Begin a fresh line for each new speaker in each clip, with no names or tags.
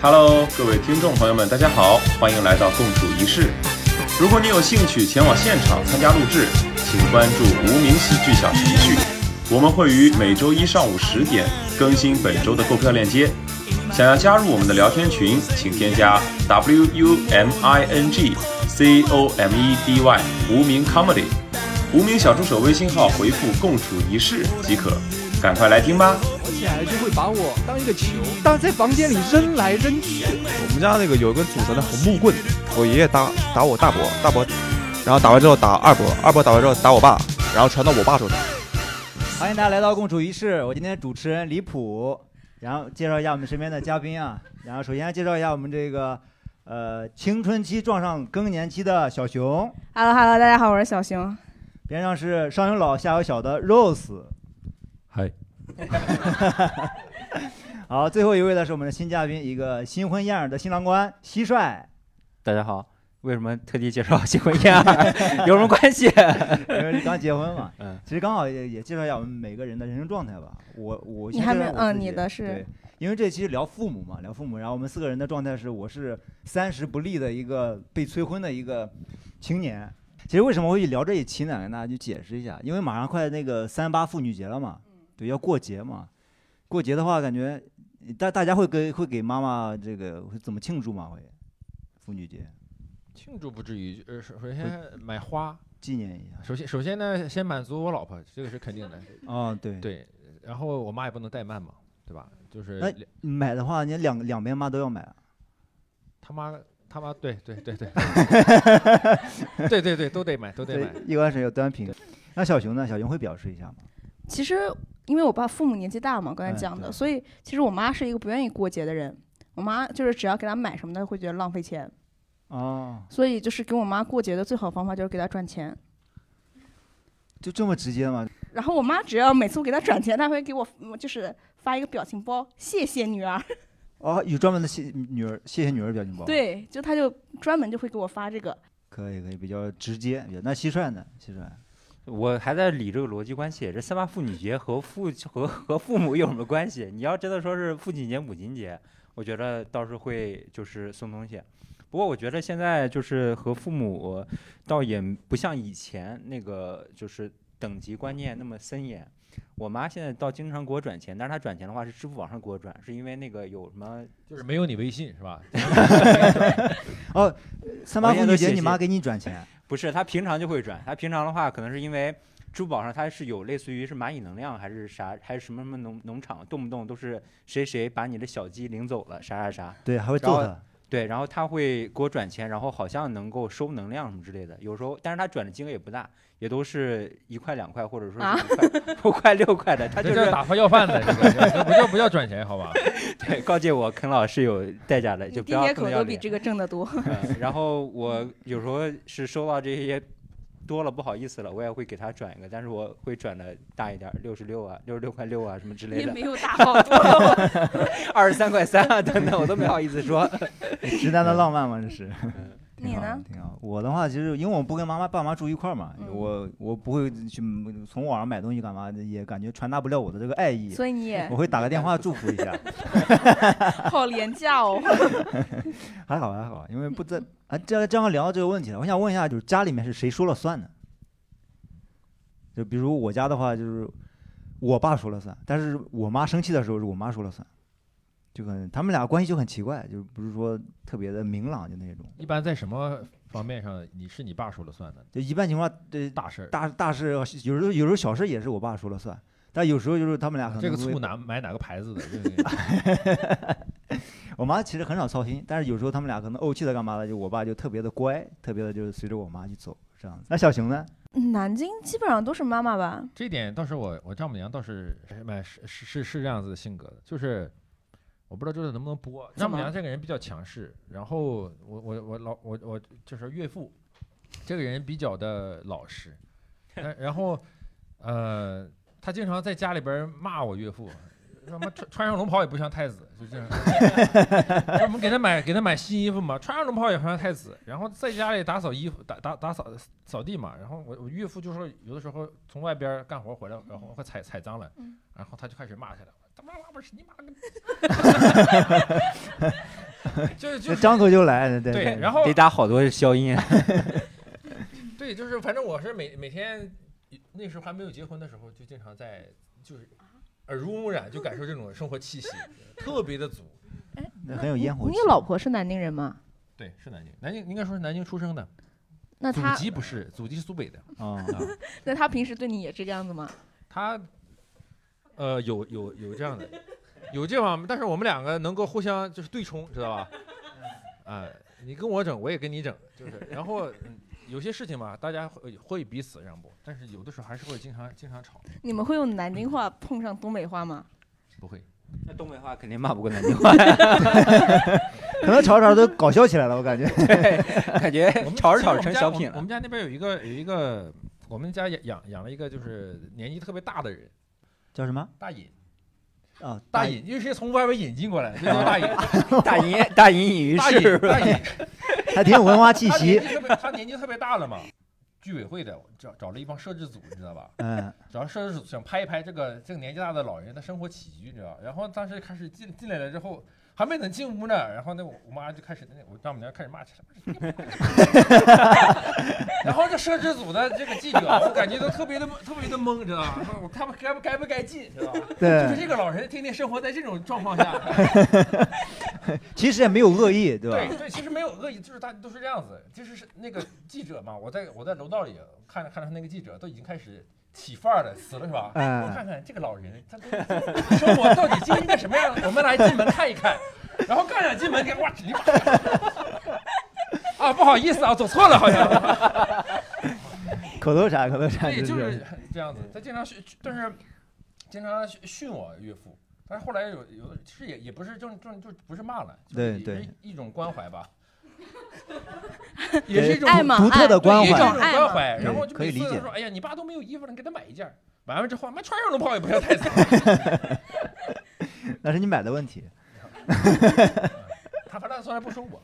Hello，各位听众朋友们，大家好，欢迎来到共处一室。如果你有兴趣前往现场参加录制，请关注无名喜剧小程序，我们会于每周一上午十点更新本周的购票链接。想要加入我们的聊天群，请添加 w u m i n g c o m e d y 无名 comedy 无名小助手微信号回复“共处一室”即可。赶快来听吧！
而且还是会把我当一个球，当在房间里扔来扔去。
我们家那个有一根祖传的红木棍，我爷爷打打我大伯，大伯，然后打完之后打二伯，二伯打完之后打我爸，然后传到我爸手上。
欢迎大家来到共处一室，我今天的主持人李普，然后介绍一下我们身边的嘉宾啊，然后首先介绍一下我们这个呃青春期撞上更年期的小熊，
Hello Hello，大家好，我是小熊。
边上是上有老下有小的 Rose，
嗨，
好，最后一位呢是我们的新嘉宾，一个新婚燕尔的新郎官蟋蟀，
大家好，为什么特地介绍新婚燕尔？ 有什么关系？
因为刚结婚嘛，
嗯
其实刚好也也介绍一下我们每个人的人生状态吧。我我
你
先
还
介
没
绍我
嗯
自己
你的是
对，因为这期聊父母嘛，聊父母，然后我们四个人的状态是，我是三十不立的一个被催婚的一个青年。其实为什么会聊这一期呢？跟大家去解释一下，因为马上快那个三八妇女节了嘛，
嗯
对，要过节嘛。过节的话，感觉大大家会给会给妈妈这个会怎么庆祝吗？会妇女节
庆祝不至于，呃，首首先买花，
纪念一下。
首先首先呢，先满足我老婆，这个是肯定的，
哦，对，
对。然后我妈也不能怠慢嘛，对吧？就是
哎
两
买的话，你两两边妈都要买啊。
他妈他妈，对对 对对，对对对，都得买，都得
对
买。，
一开始有端平。那小熊呢？小熊会表示一下吗？
其实因为我爸父母年纪大嘛，
嗯
刚才讲的，
对
所以其实我妈是一个不愿意过节的人。我妈就是只要给她买什么的，会觉得浪费钱，
哦，
所以就是给我妈过节的最好方法就是给她转钱。
就这么直接吗？
然后我妈只要每次我给她转钱，她会给我嗯就是发一个表情包，谢谢女儿。
哦，有专门的谢女儿，谢谢女儿表情包。，
对，就她就专门就会给我发这个。
可以可以，比较直接。比较那蟋蟀呢？蟋蟀，
我还在理这个逻辑关系，这三八妇女节和父和和父母有什么关系？你要真的说是父亲节、母亲节，我觉得倒是会就是送东西。不过我觉得现在就是和父母倒也不像以前那个就是等级观念那么森严。我妈现在倒经常给我转钱，但是她转钱的话是支付宝上给我转，是因为那个有什么
就是没有你微信是吧？
哦三八
我现
妇女
在都
节
谢
你
谢
妈给你转钱，
不是，他平常就会转。他平常的话，可能是因为支付宝上它是有类似于是蚂蚁能量还是啥，还是什么什么农农场，动不动都是谁谁把你的小鸡领走了，啥啥啥。
对，还会揍
然
她。
对，然后他会给我转钱，然后好像能够收能量什么之类的。有时候，但是他转的金额也不大，也都是一块两块，或者说
啊
是五块、五块六块的。他就
这叫
是
打发要饭 的，这个这不叫不叫赚钱，好吧？
对告诫我，啃老是有代价的，
你
就不
地
要
铁
不
口
要
都
脸
比这个挣得多。
嗯然后我有时候是收到这些多了不好意思了，我也会给他转一个，但是我会转的大一点，六十六啊，六十六块六啊什么之类
也
的
没，有大好多，
二十三块三啊等等，我都没好意思说。
直男的浪漫吗？这是。
你
挺
嗯
好的
呢？？
挺好。我的话，其实因为我不跟妈妈、爸妈住一块儿嘛，
嗯
我我不会去从网上买东西干嘛，也感觉传达不了我的这个爱意。
所以你也
我会打个电话祝福一 下。
好廉价哦。
还好还好，因为不在啊，这正好聊到这个问题了，我想问一下，就是家里面是谁说了算呢？就比如我家的话，就是我爸说了算，但是我妈生气的时候是我妈说了算，就很他们俩关系就很奇怪，就是不是说特别的明朗就那种，
一般在什么方面上你是你爸说了算的？
就一般情况这
大事儿，
大大事有时候有时候小事也是我爸说了算，但有时候就是他们俩啊可能
这个
会
醋哪买哪个牌子的？这个
我妈其实很少操心，但是有时候他们俩可能怄气的干嘛的，就我爸就特别的乖，特别的就是随着我妈去走这样子。那小熊呢？
南京基本上都是妈妈吧？
这一点倒是我我丈母娘倒是是蛮是是是是这样子的性格的，就是我不知道这能不能播。
怎
丈母
么
娘这个人比较强势，然后我我我老我我就是岳父，这个人比较的 老实，但然后呃，他经常在家里边骂我岳父。他妈穿穿上龙袍也不像太子，就 这样。就我们给他买给他买新衣服嘛，穿上龙袍也不像太子。然后在家里打扫衣服，打打打扫扫地嘛。然后我我岳父就说，有的时候从外边干活回来，然后会踩踩脏了，然后他就开始骂起来，他妈妈不是你妈个就是就是
张口就来，对
对，然后
得打好多消音。 啊
对，就是反正我是每每天那时候还没有结婚的时候，就经常在就是耳濡目染，就感受这种生活气息，特别的足。
那很有烟火
你
气。
老婆是南宁人吗？
对，是南京，南京应该说是南京出生的，
那
祖
她
籍不是，祖籍是苏北的。
啊，
啊
那她平时对你也这个样子吗？
他呃有有有这样的，有这方面，但是我们两个能够互相就是对冲，知道吧？啊、你跟我整，我也跟你整，就是，然后嗯有些事情吧，大家会会彼此让步，但是有的时候还是会经常经常吵，
你们会用南京话碰上东北话吗？
不会。
那东北话肯定骂啊不过南京话，
可能吵着吵着都搞笑起来了，我感觉。
感觉
我们
吵着
其实
吵着
我们
成
家
小
我们
品
我
了。
们家那边有一个有一个，我们家养养养了一个就是年纪特别大的人，
叫什么？
大引
啊，
大引，因为是从外边引进过来的，就叫大引
大隐大隐隐于
大引
市，
大引，
还挺有文化气
他年
息。
纪特别他年纪特别大了嘛。居委会的找找了一帮摄制组，你知道吧？
嗯，
主要摄制组想拍一拍这个这个年纪大的老人的生活起居，你知道吧？然后当时开始进进来了之后，还没等进屋呢，然后那我我妈就开始那我丈母娘开始骂起来， 然后这摄制组的这个记者，我感觉都特别的特别的懵，知道吧？说我他们该不该不该进，知道吧？就是
对，
这个老人天天生活在这种状况下，
其实也没有恶意，对吧？
对对，其实没有恶意，就是大家都是这样子。就是是那个记者嘛，我在我在楼道里看着看着那个记者都已经开始起范儿了，死了是吧？
嗯
我看看这个老人，他都生活到底经历了什么样的？我们来进门看一看，然后刚想进门，哇，里面 啊，不好意思啊，走错了 好像。
口头禅，口头禅
对，就是是这样子。他经常训，但是经常训训我岳父。但是后来有有的其实也也不是正正就不是骂了，就是
对对
也是一种关 怀吧，也是一种
爱嘛
独特的
爱
关
对也是一
怀
种。
爱
关
嘛
怀。
对
然后就
可以
每次
理解
都说：“哎呀，你爸都没有衣服了，你给他买一件儿。”买完之后，妈穿上龙袍也不要 太惨。
那是你买的问 题。
他反正从来不说我。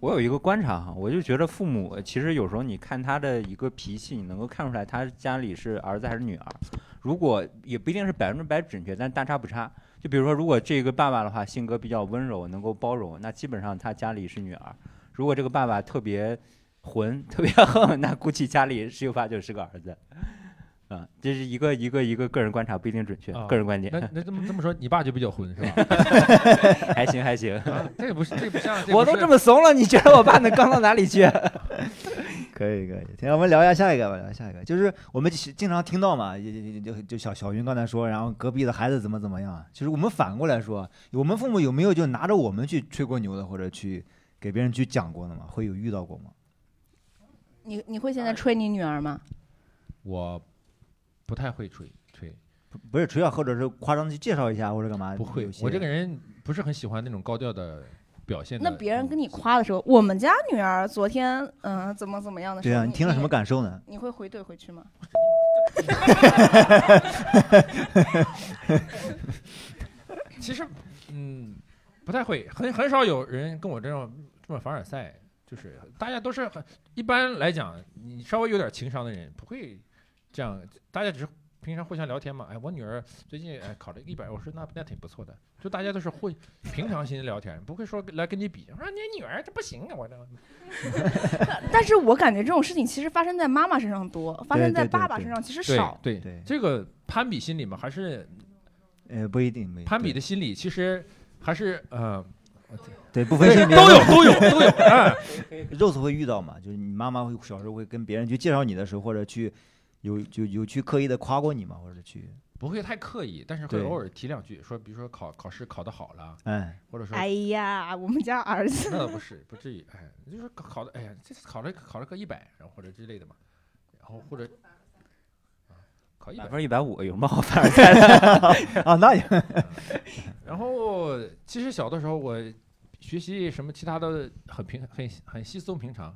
我有一个观察哈，我就觉得父母其实有时候你看他的一个脾气，你能够看出来他家里是儿子还是女儿。如果也不一定是百分之百准确，但大差不差。就比如说，如果这个爸爸的话，性格比较温柔，能够包容，那基本上他家里是女儿；如果这个爸爸特别混、特别 横，那估计家里十有八九是个儿子。啊、这是一个一个一个个人观察，不一定准确，
啊
个人观点
那这么这么说，你爸就比较混是吧？ 啊
还行还行。
啊
这个不是，这个不像，
我都这么怂了，你觉得我爸能刚到哪里 去？啊
可以可以，行，我们聊一下下一个吧，聊下一个，就是我们其经常听到嘛，也也也就就小小云刚才说，然后隔壁的孩子怎么怎么样，其实我们反过来说，我们父母有没有就拿着我们去吹过牛的，或者去给别人去讲过的嘛？会有遇到过吗？
你你会现
呃
在吹你女儿吗？
我不太会吹吹，
不不是吹啊，或者是夸张的去介绍一下，或者干嘛？
不会
有。些
我这个人不是很喜欢那种高调的表现的。
那
嗯
别人跟你夸的时候，我们家女儿昨天嗯、呃怎么怎么样的时
对
候，
啊，你听了什么？感受呢？
你会回怼回去吗？
其实，嗯，不太会，很很少有人跟我这样这么凡尔赛，就是大家都是很一般来讲，你稍微有点情商的人不会这样，大家只是平常互相聊天嘛。哎，我女儿最近哎考了一个一百，我说那那挺不错的，就大家都是会平常心地聊天，哎不会说来跟你比，说啊你女儿这不行啊，我这
但是我感觉这种事情其实发生在妈妈身上多，发
对
生在
对对
爸爸
对
身上其实少。
对
对
这个攀比心理嘛，还是嗯
呃，不一定，不一定
攀比的心理，其实还是呃
对，不分性别
都有都有都有， 哎，
肉丝会遇到嘛？就是你妈妈会小时候会跟别人去介绍你的时候，或者去有就有去刻意的夸过你嘛，或者去
不会太刻意，但是会
对
偶尔提两句，说比如说考考试考得好了，
哎，
或者说
哎呀，我们家儿子，
那不是不至于，哎，就是考考的，哎呀，这次考了考了个一百，然后或者之类的嘛，然后或者啊考一
百
百
分，之一百五有什么好凡尔赛 的？
啊，那也
然后其实小的时候我学习什么其他的很平很很稀松平常，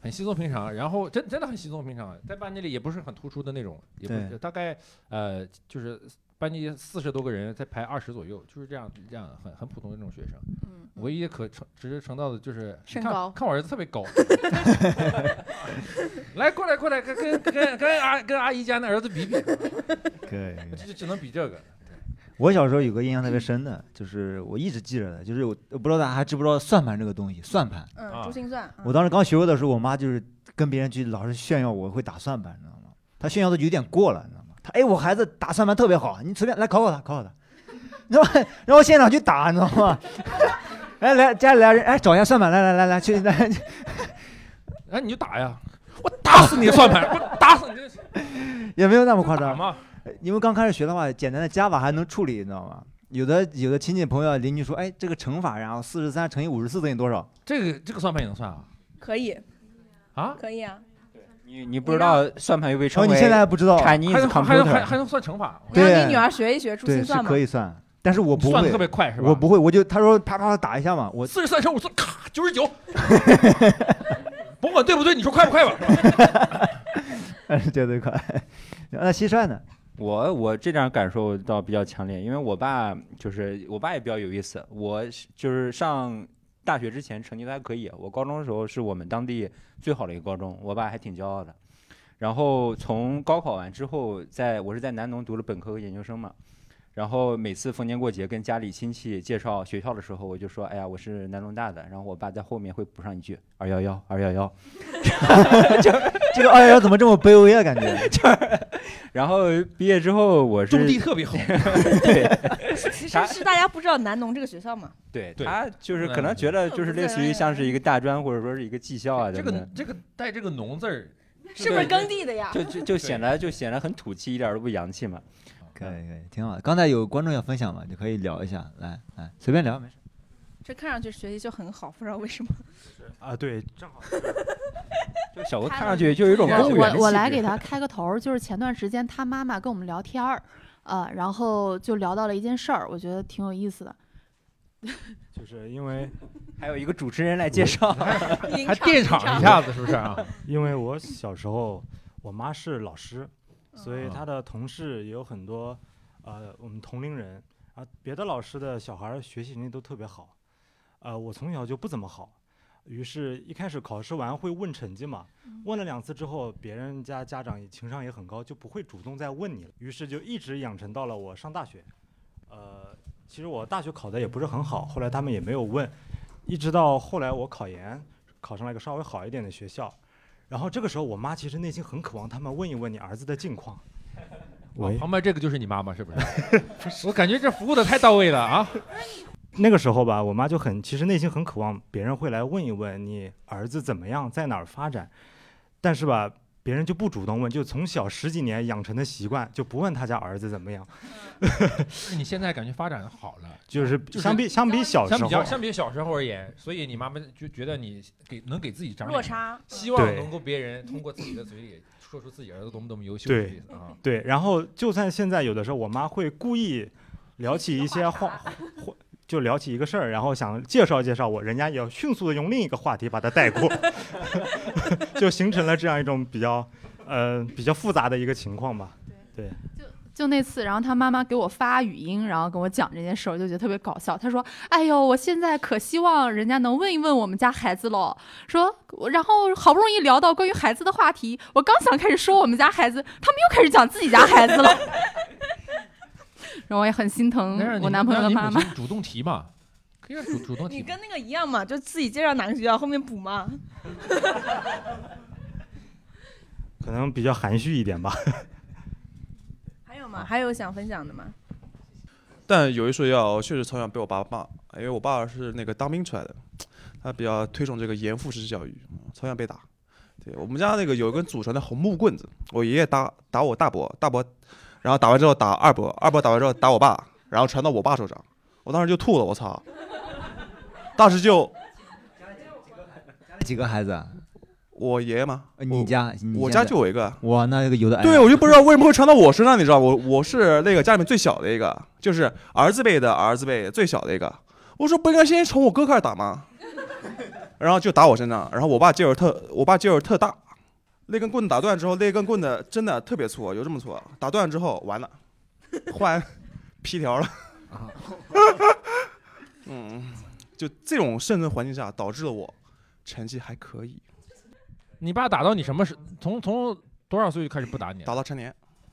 很稀松平常，然后真真的很稀松平常，在班级里也不是很突出的那种，也不
对
是大概呃就是班级四十多个人才排二十左右，就是这样这样很很普通的那种学生。
嗯
唯一可成值得称道的就是
身
看
高
看我儿子特 别高。来，过来，过来，跟跟跟跟阿跟阿姨家那儿子比比，
可以。
就只能比这个。
我小时候有个印象特别深的，就是我一直记着的，就是我我不知道大家还知不知道算盘这个东西，算盘。
啊
嗯，珠心算，
我当时刚学会的时候，我妈就是跟别人去老是炫耀我会打算盘，你知道吗？她炫耀的有点过了，你知道吗？她哎，我孩子打算盘特别好，你随便来考考他，考考他，你知道吗？ 然后现场去打，你知道吗？ 哎，来家里来人，哎，找一下算盘，来来来来，去来，去
哎，你就 打呀，我打死你的算盘，我 打死你这
也没有那么夸
打
张。
嘛，
因为刚开始学的话，简单的加法还能处理，你知道吗？有的有的亲戚朋友邻居说，哎，这个乘法，然后四十三乘以五十四等于多少？
这个这个算盘也能算啊？
可以，
啊，
可以 啊。
你你不知道算盘又被
然
称
后哦
为
你现在还不知道，
还
Chinese
能还能还
computer，
还能算乘法，
你让
对
你女儿学一学珠
对，
心
是
算嘛
可。以算，但是我不
算的
会
特，别快是吧？
我不会，我就他说啪啪啪打一下嘛，我
四十三乘五十，咔九十九， 甭管对不对，你说快不快 吧？是吧
绝对快。那蟋蟀呢？
我我这点感受倒比较强烈，因为我爸就是我爸也比较有意思，我是就是上大学之前成绩都还可以，我高中的时候是我们当地最好的一个高中，我爸还挺骄傲的。然后从高考完之后，在我是在南农读了本科和研究生嘛，然后每次逢年过节跟家里亲戚介绍学校的时候，我就说，哎呀，我是南农大的，然后我爸在后面会补上一句二幺幺二幺 幺，
这个二幺幺怎么这么卑微啊？感 觉
然后毕业之后我是
种地特别好，
对。
其
啥
实是大家不知道南农这个学校嘛，
对
对
他就是
嗯
可能觉得
嗯
就是
不
类
自
似于
然
像
呀
是一个大专或者说是一个技校啊
这
等
个
等，
这个带这个“农”字儿，
是不是耕地的呀？
就就就显得就显得很土气，一点儿都不洋气嘛。
可以可以，挺好。刚才有观众要分享嘛，就可以聊一下，来来随便聊，没事。
这看上去学习就很好，不知道为什么。
啊，对，正好
就小哥
他
看
的
上去就有一种
我
公务员
我
的
我
气
来
质
给他开个头儿，就是前段时间他妈妈跟我们聊天儿，呃，然后就聊到了一件事儿，我觉得挺有意思的。
就是因为
还有一个主持人来介 绍，
临
还
场
电
临
场一下子，是不是啊？
因为我小时候我妈是老师，所以她的同事也有很多，呃，我们同龄人啊，别的老师的小孩儿学习能力都特别好，呃，我从小就不怎么好，于是一开始考试完会问成绩嘛，问了两次之后，别人家家长也情商也很高，就不会主动再问你了，于是就一直养成到了我上大学，呃，其实我大学考的也不是很好，后来他们也没有问，一直到后来我考研。考上了一个稍微好一点的学校，然后这个时候，我妈其实内心很渴望他们问一问你儿子的近况。喂，
旁边这个就是你妈妈是不是？ 我感觉这服务的太到位了啊！
那个时候吧，我妈就很，其实内心很渴望别人会来问一问你儿子怎么样，在哪儿发展，但是吧，别人就不主动问，就从小十几年养成的习惯，就不问他家儿子怎么样，
就是你现在感觉发展好了，
就是
就是
相比相比小时
相比较
候，
相比于小时候而言，所以你妈妈就觉得你给能给自己长
落
脸，
差。
希望
对
能够别人通过自己的嘴里说出自己儿子多么多么优秀
对
的意思啊。
对，然后就算现在有的时候，我妈会故意聊起一些话，或就聊起一个事儿，然后想介绍介绍我，人家也迅速的用另一个话题把它带过，就形成了这样一种比较呃比较复杂的一个情况吧。
就那次，然后他妈妈给我发语音，然后跟我讲这件事儿，我就觉得特别搞笑。他说：“哎呦，我现在可希望人家能问一问我们家孩子喽。”说，我然后好不容易聊到关于孩子的话题，我刚想开始说我们家孩子，他们又开始讲自己家孩子了。 然后我也很心
嗯
疼
那让你
我男朋友的妈妈。
让你母亲主动提嘛，可以让主主动提
你
嘛。
跟那个一样嘛，就自己介绍哪个学校，后面补嘛。
可能比较含蓄一点吧。
还有吗？还有想分享的吗？
但有一说一啊，我确实从小被我爸骂，因为我爸是那个当兵出来的，他比较推崇这个严父式教育，嗯从小被打。对我们家那个有一根祖传的红木棍子，我爷爷打打我大伯，大伯，然后打完之后打二伯，二伯打完之后打我爸，然后传到我爸手上，我当时就吐了，我操！当时就
几个孩子啊？
我爷爷嘛，
呃你家你
我家
的
就我一个，
哇，那个有的哎
对，我就不知道为什么会传到我身上，你知道，我我是那个家里面最小的一个，就是儿子辈的儿子辈最小的一个。我说不应该先从我哥开始打吗？然后就打我身上，然后我爸劲儿特，我爸劲儿特大，那根棍子打断之后，那根棍子真的特别粗，有这么粗，打断之后完了，换皮条 了。嗯，就这种生存环境下，导致了我成绩还可以，
你爸打到你什么时？从从多少岁就开始不打你了？
打到成年，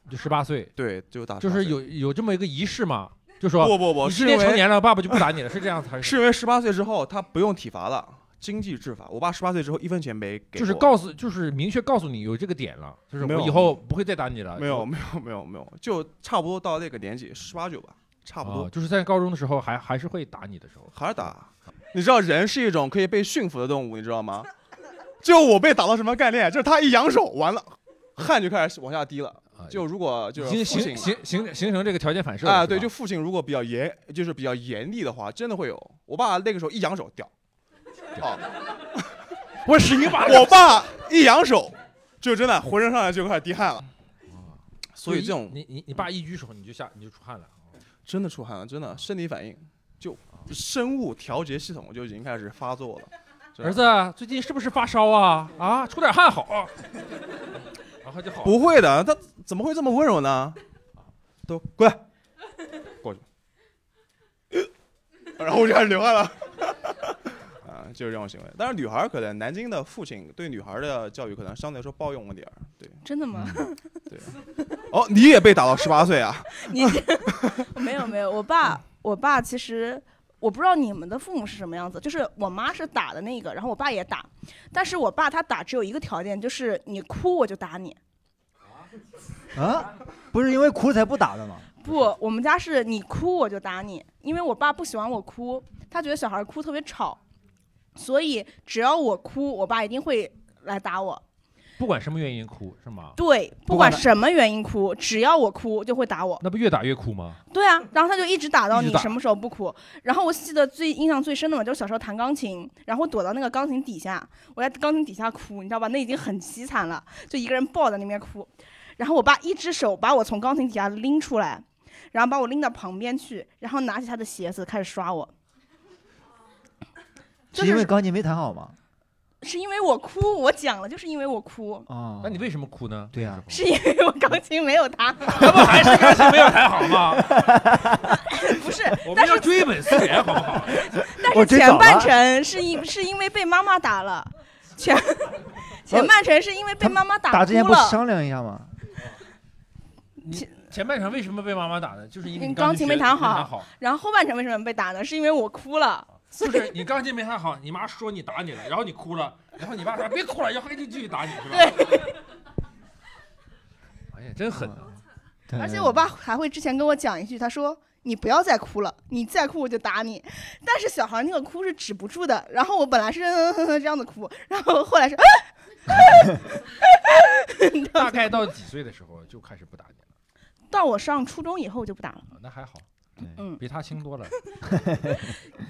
就十八岁，
对，就打18
就是
岁
有有这么一个仪式嘛。就说
不不不，
你
是
今天
因为
成年了，爸爸就不打你 了，是这样子还是？
是因为十八岁之后他不用体罚了，经济制罚。我爸十八岁之后一分钱没给我，
就是告诉，就是明确告诉你有这个点了，就是
没
我
有
以后不会再打你了。
没有没有没有没有，就差不多到那个年纪，十八九吧，差不多、
啊就是在高中的时候还还是会打你的时候，
还是打。你知道人是一种可以被驯服的动物，你知道吗？就我被打到什么概念？就是他一扬手，完了，汗就开始往下滴了。就如果就
啊
是
已经
父亲
形形形形成这个条件反射了
啊，
是
对，
吧
就父亲如果比较严，就是比较严厉的话，真的会有。我爸那个时候一扬手掉，哦，
我使你把
我爸一扬手，就真的浑身上下就开始滴汗了。所以
就一
这种
啊你你你爸一举手你就下你就出汗了，
真的出汗了，真的生理反应，就生物调节系统就已经开始发作了。真的
儿子最近是不是发烧啊啊出点汗好啊，然后就好了
不会的，他怎么会这么温柔呢？都过来，过去，然后我就开始流汗了。 啊，就是这种行为。但是女孩儿可能南京的父亲对女孩儿的教育可能相对来说包容了点儿。对，
真的吗？
嗯
哦，你也被打到十八岁啊？
你没有没有，我爸我爸其实我不知道你们的父母是什么样子，就是我妈是打的那个，然后我爸也打，但是我爸他打只有一个条件，就是你哭我就打你。
啊，不是因为哭才不打的吗？
不，我们家是你哭我就打你，因为我爸不喜欢我哭，他觉得小孩哭特别吵，所以只要我哭，我爸一定会来打我。
不管什么原因哭是吗？
对，
不
不管
管
什么原因哭，只要我哭就会打我。
那不越打越哭吗？
对啊，然后他就一直打到
一直
你
打
什么时候不哭。然后我记得最印象最深的嘛，就是小时候弹钢琴，然后躲到那个钢琴底下，我在钢琴底下哭，你知道吧？那已经很凄惨了，就一个人抱在那边哭。然后我爸一只手把我从钢琴底下拎出来，然后把我拎到旁边去，然后拿起他的鞋子开始刷我。
是因为钢琴没弹好吗？
是因为我哭，我讲了，就是因为我哭，
啊，
嗯那你为什么哭呢？
对呀，
是因为我钢琴没有弹好。
那不
啊
还是钢琴没有弹好吗？
不是，
我们
但是
要追本溯源，好不好？
但
我
是
追
前
早
半
了
程是因是因为被妈妈打了，前前半程是因为被妈妈
呃打之前
哭
不
了，
商量一下吗？
你前半场为什么被妈妈打呢？就是因
你
为你
钢
琴
琴没
学
弹
没 弹
好，然后后半程为什么被打呢？是因为我哭了。
嗯就是你钢琴没弹好，你妈说你打你了，然后你哭了，然后你爸说别哭了，然后就继续打你，是吧？对。 哎呀，真狠啊！
嗯
而且我爸还会之前跟我讲一句，他说：“你不要再哭了，你再哭我就打你。”但是小孩那个哭是止不住的。然后我本来是嗯这样的哭，然后后来是啊
大概到几岁的时候就开始不打你了？
到我上初中以后就不打了。
啊那还好，
嗯
比他轻 多了。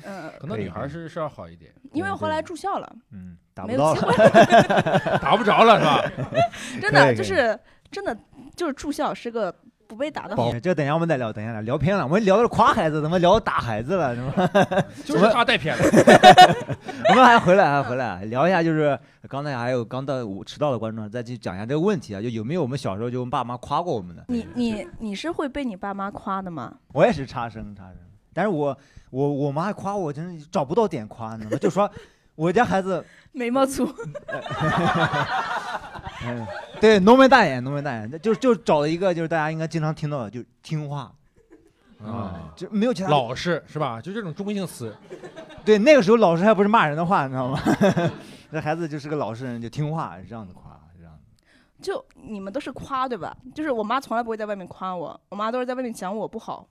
嗯，
可能女孩是是要好一点，
因为我后来住校了，
嗯，打
没
不到
有机
了，
会，
打不着了是吧？
可
真的
以
就
可以
是真的就是住校是个不被打的好
宝这等一下我们再聊，等一下聊聊偏了，我们聊的是夸孩子，怎么聊打孩子了？是吧？
就是他带偏了。
我们还回来，还回来聊一下，就是刚才还有刚到我迟到的观众，再去讲一下这个问题啊，就有没有我们小时候就我们爸妈夸过我们的？
你你你是会被你爸妈夸的吗？
我也是差生差生，但是我我我妈还夸我，真是找不到点夸，你知道吗？就说 我家孩子，
眉毛粗，
嗯， 对，浓眉大眼，浓眉大眼，就就找了一个就是大家应该经常听到的，就是听话
啊，
就没有其他。
老实是吧？就这种中性词，
对，那个时候老师还不是骂人的话，你知道吗？ 这孩子就是个老实人，就听话，这样子夸，这样子。
就你们都是夸对吧？就是我妈从来不会在外面夸我，我妈都是在外面讲我不好。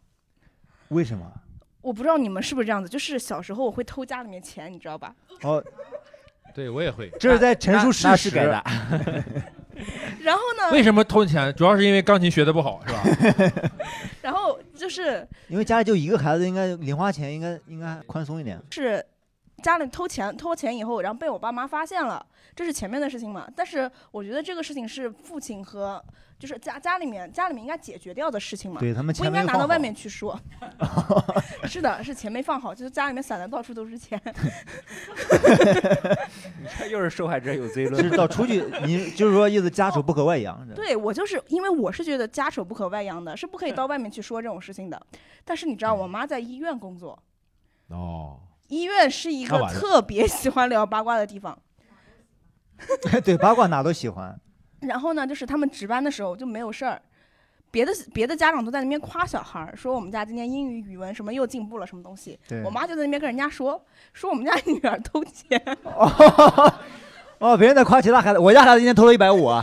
为什么？
我不知道你们是不是这样子，就是小时候我会偷家里面钱，你知道吧？
哦，
对我也会。
这是在陈述
那
事
是
实。
给的，
然后呢，
为什么偷钱？主要是因为钢琴学的不好，是吧？
然后就是
因为家里就一个孩子，应该零花钱应该应该宽松一点。
是家里偷钱，偷钱以后，然后被我爸妈发现了，这是前面的事情嘛。但是我觉得这个事情是父亲和就是家家里面家里面应该解决掉的事情嘛。
对他们
不
钱
应
没
该
有
拿
放
到外
好
面去说， 是的，是钱没放好，就是家里面散的到处都是钱。
你这又是受害者有罪
就是
论。
到出去，你就是说意思家丑不可外扬。
对我就是因为我是觉得家丑不可外扬的，是不可以到外面去说这种事情的。但是你知
嗯
道，我妈在医院工作，
哦，
医院是一
那
个
完了
特别 喜欢聊八卦的地方。
对，八卦哪都喜欢。
然后呢，就是他们值班的时候就没有事儿，别的别的家长都在那边夸小孩儿，说我们家今天英语、语文什么又进步了，什么东西
对。
我妈就在那边跟人家说，说我们家女儿偷钱，
哦，别人在夸其他孩子，我家孩子今天偷了一百五啊！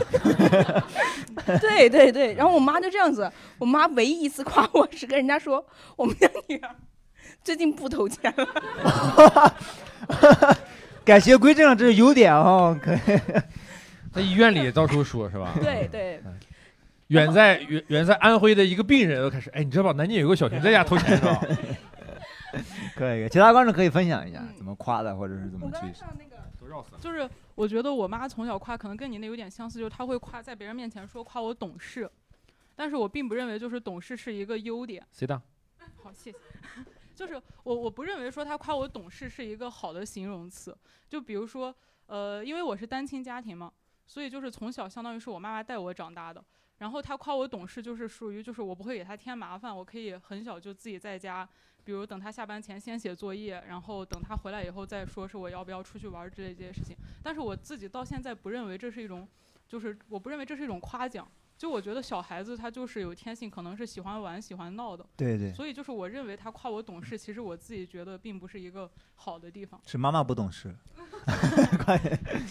对对对。然后我妈就这样子，我妈唯一一次夸我是跟人家说我们家女儿最近不偷钱了。
改邪归正，这是优点哦。可以，
在医院里到处说是吧？
对对，
嗯远在远远在安徽的一个病人都开始，哎，你知道吧？南京有个小学在家偷钱是吧？
可以，其他观众可以分享一下怎么夸的，或者是怎么去。
就是我觉得我妈从小夸，可能跟你那有点相似，就是她会夸在别人面前说夸我懂事，但是我并不认为就是懂事是一个优点。
谁当？
好，谢谢。就是我我不认为说她夸我懂事是一个好的形容词。就比如说，呃，因为我是单亲家庭嘛，所以就是从小相当于是我妈妈带我长大的。然后她夸我懂事，就是属于就是我不会给她添麻烦，我可以很小就自己在家，比如等她下班前先写作业，然后等她回来以后再说是我要不要出去玩儿之类这些事情。但是我自己到现在不认为这是一种，就是我不认为这是一种夸奖。就我觉得小孩子他就是有天性，可能是喜欢玩、喜欢闹的。
对对
所以就是我认为他夸我懂事，其实我自己觉得并不是一个好的地方。
是妈妈不懂事，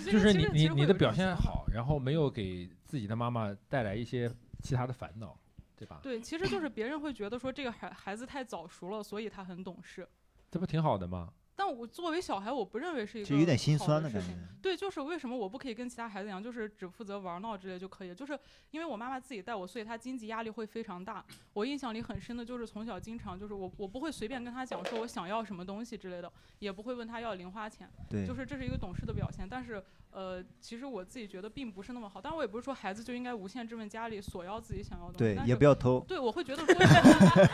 就是你你你的表现好，然后没有给自己的妈妈带来一些其他的烦恼，对吧？
对，其实就是别人会觉得说这个孩孩子太早熟了，所以他很懂事。
这不挺好的吗？
但我作为小孩，我不认为是一个
就有点心
好
酸的
的
感
事情
觉。
对，就是为什么我不可以跟其他孩子一样，就是只负责玩闹之类就可以？就是因为我妈妈自己带我，所以她经济压力会非常大。我印象里很深的就是从小经常就是我我不会随便跟她讲说我想要什么东西之类的，也不会问她要零花钱。
对
就是这是一个懂事的表现。但是呃，其实我自己觉得并不是那么好。但我也不是说孩子就应该无限质问家里索要自己想要的东西。
对
但
也
是
不要偷
对，我会觉得说，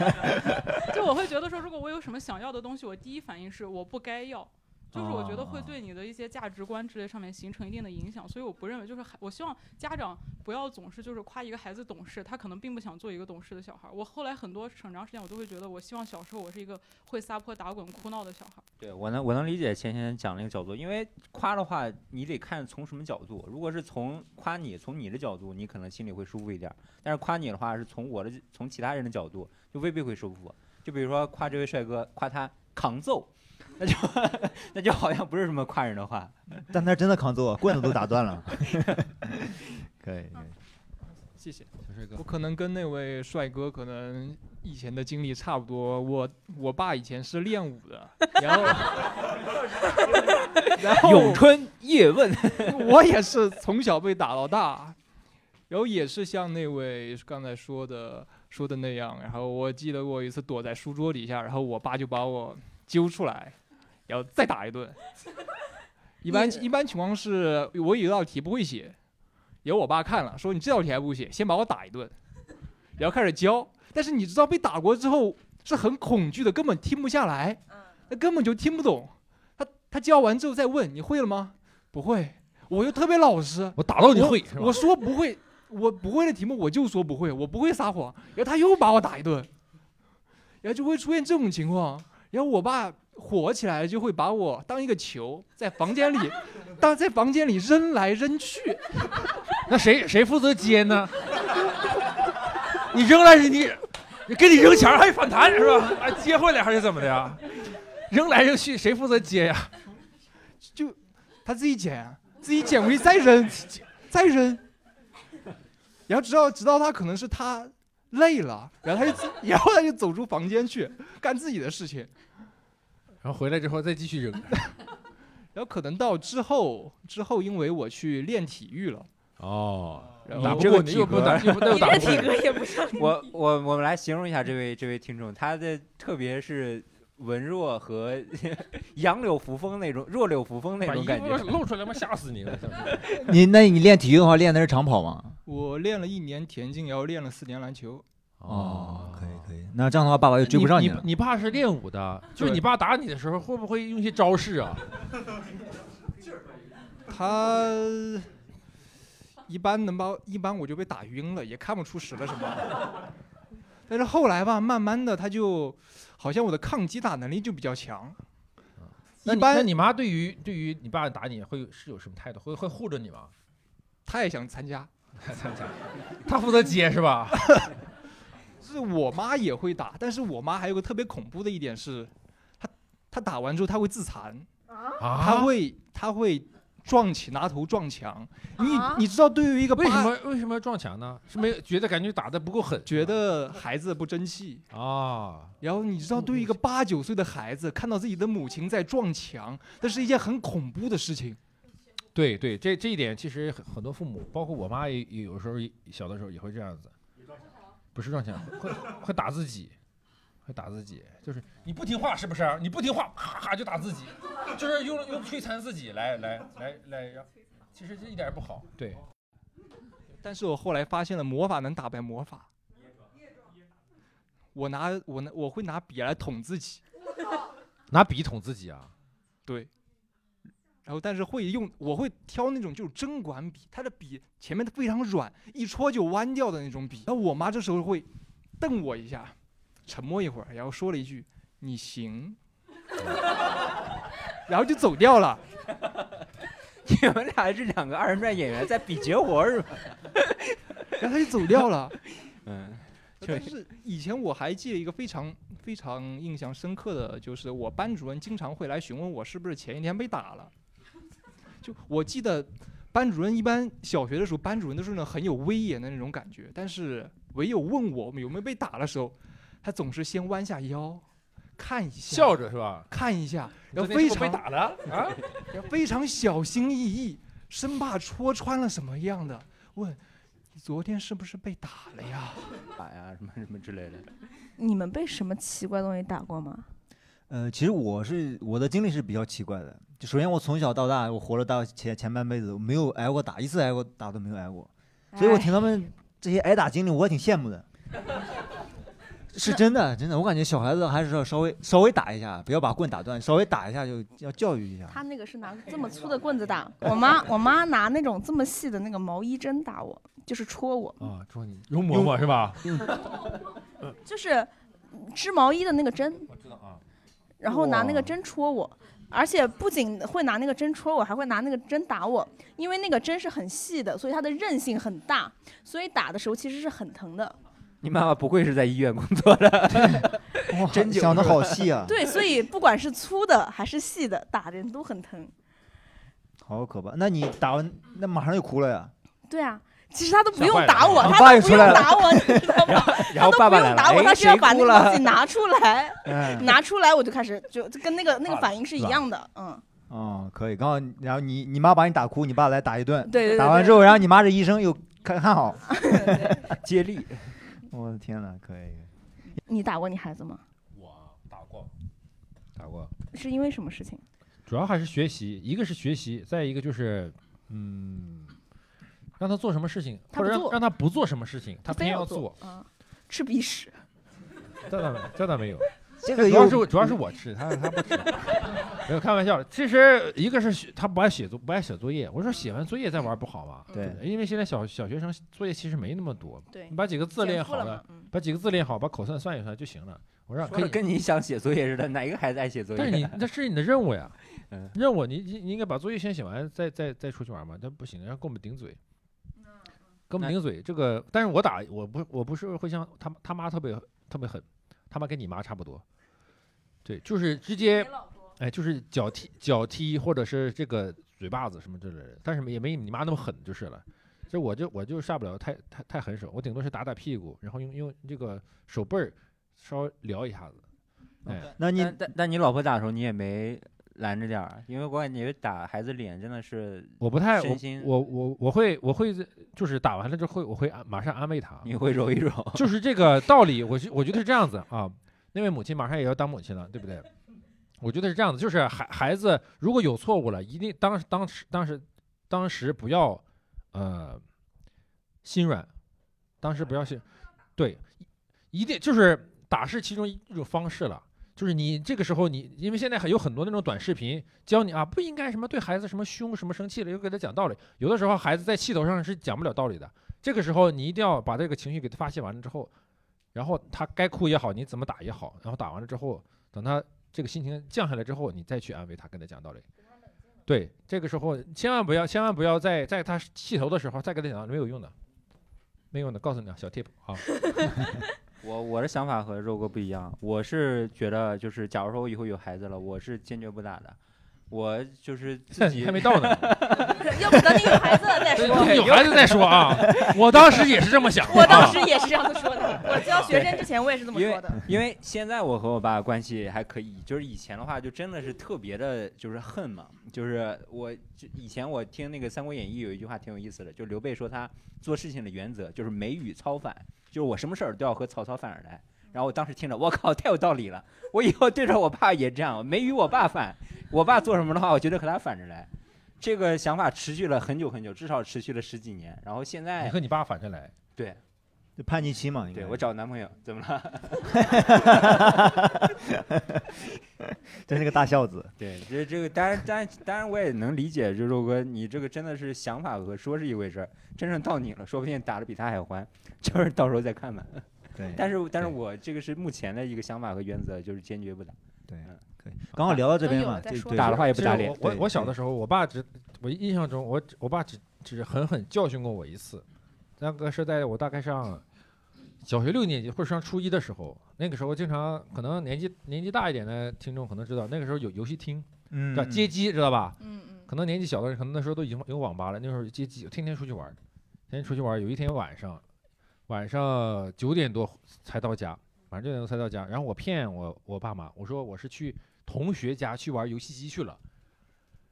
就我会觉得说，如果我有什么想要的东西，我第一反应是我不该要。就是我觉得
哦
会对你的一些价值观之类上面形成一定的影响，所以我不认为就是孩，我希望家长不要总是就是夸一个孩子懂事，他可能并不想做一个懂事的小孩儿。我后来很多很长时间我都会觉得，我希望小时候我是一个会撒泼打滚哭闹的小孩儿。
对我能我能理解钱先生讲那个角度，因为夸的话，你得看从什么角度。如果是从夸你，从你的角度，你可能心里会舒服一点儿；但是夸你的话，是从我的从其他人的角度，就未必会舒服。就比如说夸这位帅哥，夸他扛揍，那就 那就好像不是什么夸人的话。
但他真的扛揍啊，棍子都打断了。可以，
谢谢
小帅哥
我可能跟那位帅哥可能以前的经历差不多。我我爸以前是练武的， 然 后然后，
咏春叶问
我也是从小被打到大，然后也是像那位刚才说的说的那样。然后我记得我有一次躲在书桌底下，然后我爸就把我揪出来，然后再打一顿。一般一般情况是我有一道题不会写，然后我爸看了说你这道题还不会写，先把我打一顿，然后开始教。但是你知道被打过之后是很恐惧的，根本听不下来，那根本就听不懂。他他教完之后再问你会了吗？不会，我又特别老实，
我打到你会是吧
我说不会，我不会的题目我就说不会，我不会撒谎。然后他又把我打一顿，然后就会出现这种情况。然后我爸火起来就会把我当一个球在房间里，当在房间里扔来扔去。
那谁谁负责接呢？你扔来你你给你扔钱儿还反弹是吧？还接回来还是怎么的呀？扔来扔去谁负责接呀？
就他自己捡，自己捡回去再扔，再扔。然后直到直到他可能是他累了，然后他就自 然后他就走出房间去干自己的事情，
然后回来之后再继续扔。
然后可能到之后之后，因为我去练体育了，
哦
然
你
后
这
我
个
那
体
又不打又不
格，
又打不过
我我我们来形容一下这位这位听众，他的特别是文弱和 杨柳扶风那种弱柳扶风那
把
种
衣
感
服
觉。
露出来吗？吓死你了！
你那你练体育的话，练的是长跑吗？
我练了一年田径，然后练了四年篮球。
哦，可以可以。那这样的话，爸爸就追不上
你
了。
你爸是练武的，就是你爸打你的时候，会不会用一些招式啊？
他一般能把一般我就被打晕了，也看不出使了什么。但是后来吧，慢慢的他就好像我的抗击打能力就比较强。
那
一
你 那
般
你妈对于对于你爸打你会是有什么态度？会会护着你吗？
他也想参加，
参加，他负责接是吧？
是我妈也会打，但是我妈还有个特别恐怖的一点是，她她打完之后她会自残，
啊
她会她会撞起拿头撞墙，你、
啊
你知道对于一个
为什
八
么为什么要撞墙呢？是没有觉得感觉打的不够狠，
觉得孩子不争气
啊。
然后你知道，对于一个八九岁的孩子，看到自己的母亲在撞墙，那是一件很恐怖的事情。
对对，这这一点其实很很多父母，包括我妈也也有时候也小的时候也会这样子，不是撞墙，会会打自己，会打自己，就是你不听话是不是？你不听话，啪啪就打自己，就是用用摧残自己来来来来让，其实这一点也不好。对，
但是我后来发现了魔法能打败魔法。我拿我拿我会拿笔来捅自己，
拿笔捅自己啊？
对。然后但是会用我会挑那种就是针管笔，它的笔前面非常软，一戳就弯掉的那种笔。然后我妈这时候会瞪我一下，沉默一会儿，然后说了一句“你行”， 然后就走掉了。
你们俩是两个二人转演员在比绝活是吧？
然后他就走掉 了。
嗯，
但是以前我还记得一个非常非常印象深刻的，就是我班主任经常会来询问我是不是前一天被打了。就我记得，班主任一般小学的时候，班主任都是那种很有威严的那种感觉，但是唯有问我们有没有被打的时候，他总是先弯下腰看一下，
笑着是吧？
看一下，然后
昨天
非
是不
常
是被打了 啊，
然后非常小心翼翼，生怕戳穿了什么样的，问你昨天是不是被打了 呀？
打呀啊什么什么之类的。
你们被什么奇怪东西打过吗？
呃，其实我是我的经历是比较奇怪的。就首先我从小到大，我活了大前前半辈子，我没有挨过打，一次挨过打都没有挨过，
哎
所以我听他们这些挨打经历，我也挺羡慕的。是真的，真的，我感觉小孩子还是要稍微稍微打一下，不要把棍打断，稍微打一下就要教育一下。
他那个是拿这么粗的棍子打我妈，我妈拿那种这么细的那个毛衣针打我，就是戳我，
啊，说你容嬷嬷是 吧？
嗯
嗯
就是织毛衣的那个针，
我知道啊。
然后拿那
哇
个针戳我，而且不仅会拿那个针戳我，还会拿那个针打我，因为那个针是很细的，所以它的韧性很大，所以打的时候其实是很疼的。
你妈妈不愧是在医院工作的，真
想得好细 啊！
对，所以不管是粗的还是细的，打人都很疼。
好可怕！那你打完，那马上就哭了呀？
对啊，其实他都不用
吓坏了
打我，
啊
他
爸
都
也
不
出
用
来了
打我，你知道吗？
然后
他都
爸爸
不
来了
用啊打我，
哎
他只要
谁
把那
哭
个东
了
西拿出来，
嗯
拿出来我就开始就就跟那个那个
怕
反
了
应是
啊是
一
吧
样的，嗯。
哦，可以。刚好，然后你你妈把你打哭，你爸来打一顿，
对对对
打完之后，然后你妈这医生又看看好，
接力。
我的天哪，可以
你打过你孩子吗？
打过，打过。
是因为什么事情？
主要还是学习，一个是学习，再一个就是，嗯，让他做什么事情，
他
或者
不
让
做
让他不做什么事情，他
非
偏
要
做。
啊，吃鼻屎。
这倒没，这倒没有。
这
主要是我主要是我吃，他他不吃。 没有开玩笑，其实一个是学他不爱写作，不爱写作业。我说写完作业再玩不好吗？
对
不，因为现在小小学生作业其实没那么多，
对
你把几个字
减
练
负
好
了
了
嘛，嗯
把几个字练好，把口算算一算就行了。我让
说
可
的
以
跟你想写作业似的，哪一个孩子爱写作业？
但是你那是你的任务呀
嗯，
任务你你你应该把作业先写完，再再再出去玩嘛。但不行，然后跟我们顶嘴，跟我们顶嘴。这个，但是我打我不我不是会像他他妈特别特别狠，他妈跟你妈差不多，对，就是直接，哎，就是脚踢脚踢或者是这个嘴巴子什么之类的，但是也没你妈那么狠就是了。这我就我就下不了太太太狠手，我顶多是打打屁股，然后用用这个手背儿稍微撩一下子。哎，
那
你但但你老婆打的时候，你也没拦着点儿，啊因为我感觉打孩子脸真的是
我不太我
身心
我我我会我会就是打完了之后我会安马上安慰她，
你会揉一揉
就是这个道理，我是我觉得是这样子啊。那位母亲马上也要当母亲了，对不对？我觉得是这样子，就是孩孩子如果有错误了，一定当当时当时当时不要呃心软，当时不要心，对，一定就是打是其中一种方式了。就是你这个时候你，因为现在还有很多那种短视频教你啊，不应该什么对孩子什么凶什么生气了，又给他讲道理。有的时候孩子在气头上是讲不了道理的，这个时候你一定要把这个情绪给他发泄完了之后，然后他该哭也好，你怎么打也好，然后打完了之后，等他这个心情降下来之后，你再去安慰他，跟他讲道理。对，这个时候千万不要，千万不要在在他气头的时候再跟他讲道理没有用的，没有用的，告诉你啊，小 tip 啊。
我我的想法和肉哥不一样，我是觉得就是，假如说我以后有孩子了，我是坚决不打的。我就是自己
还没到呢
要不等你有孩子了再说
有孩子再说啊我当时也是 这么想的啊
我当时也是这样子说 的。 我教学生之前我也是这么说的。
因为因为现在我和我爸关系还可以，就是以前的话就真的是特别的，就是恨嘛。就是我就以前我听那个《三国演义》有一句话挺有意思的，就刘备说他做事情的原则就是每与操反，就是我什么事儿都要和曹操反而来。然后我当时听着，我靠，太有道理了！我以后对着我爸也这样，没与我爸反，我爸做什么的话，我绝对和他反着来。这个想法持续了很久很久，至少持续了十几年。然后现在
你和你爸反着来，
对，
就叛逆期嘛，应该
对我找男朋友怎么了？
真是个大孝子。
对，这这个当然当然当然我也能理解，就肉哥你这个真的是想法和说是一回事儿，真正到你了，说不定打的比他还欢， 就是到时候再看吧。
对
但是但是我这个是目前的一个想法和原则，就是坚决不打。
对，
可以。
刚好聊到这边嘛
对
就
对打的话也不打脸
其。实我我
啊对
我小的时候，我爸只我印象中，我只我爸只只狠狠教训过我一次，那个是在我大概上小学六年级或者上初一的时候，那个时候经常可能年纪年纪大一点的听众可能知道，那个时候有游戏厅，
嗯
叫街机，知道吧？
嗯
可能年纪小的人，可能那时候都已经有网吧了，那时候有街机，天天出去玩儿，天天出去玩儿。有一天晚上，晚上九点多才到家，晚上九点多才到家。然后我骗我我爸妈，我说我是去同学家去玩游戏机去了。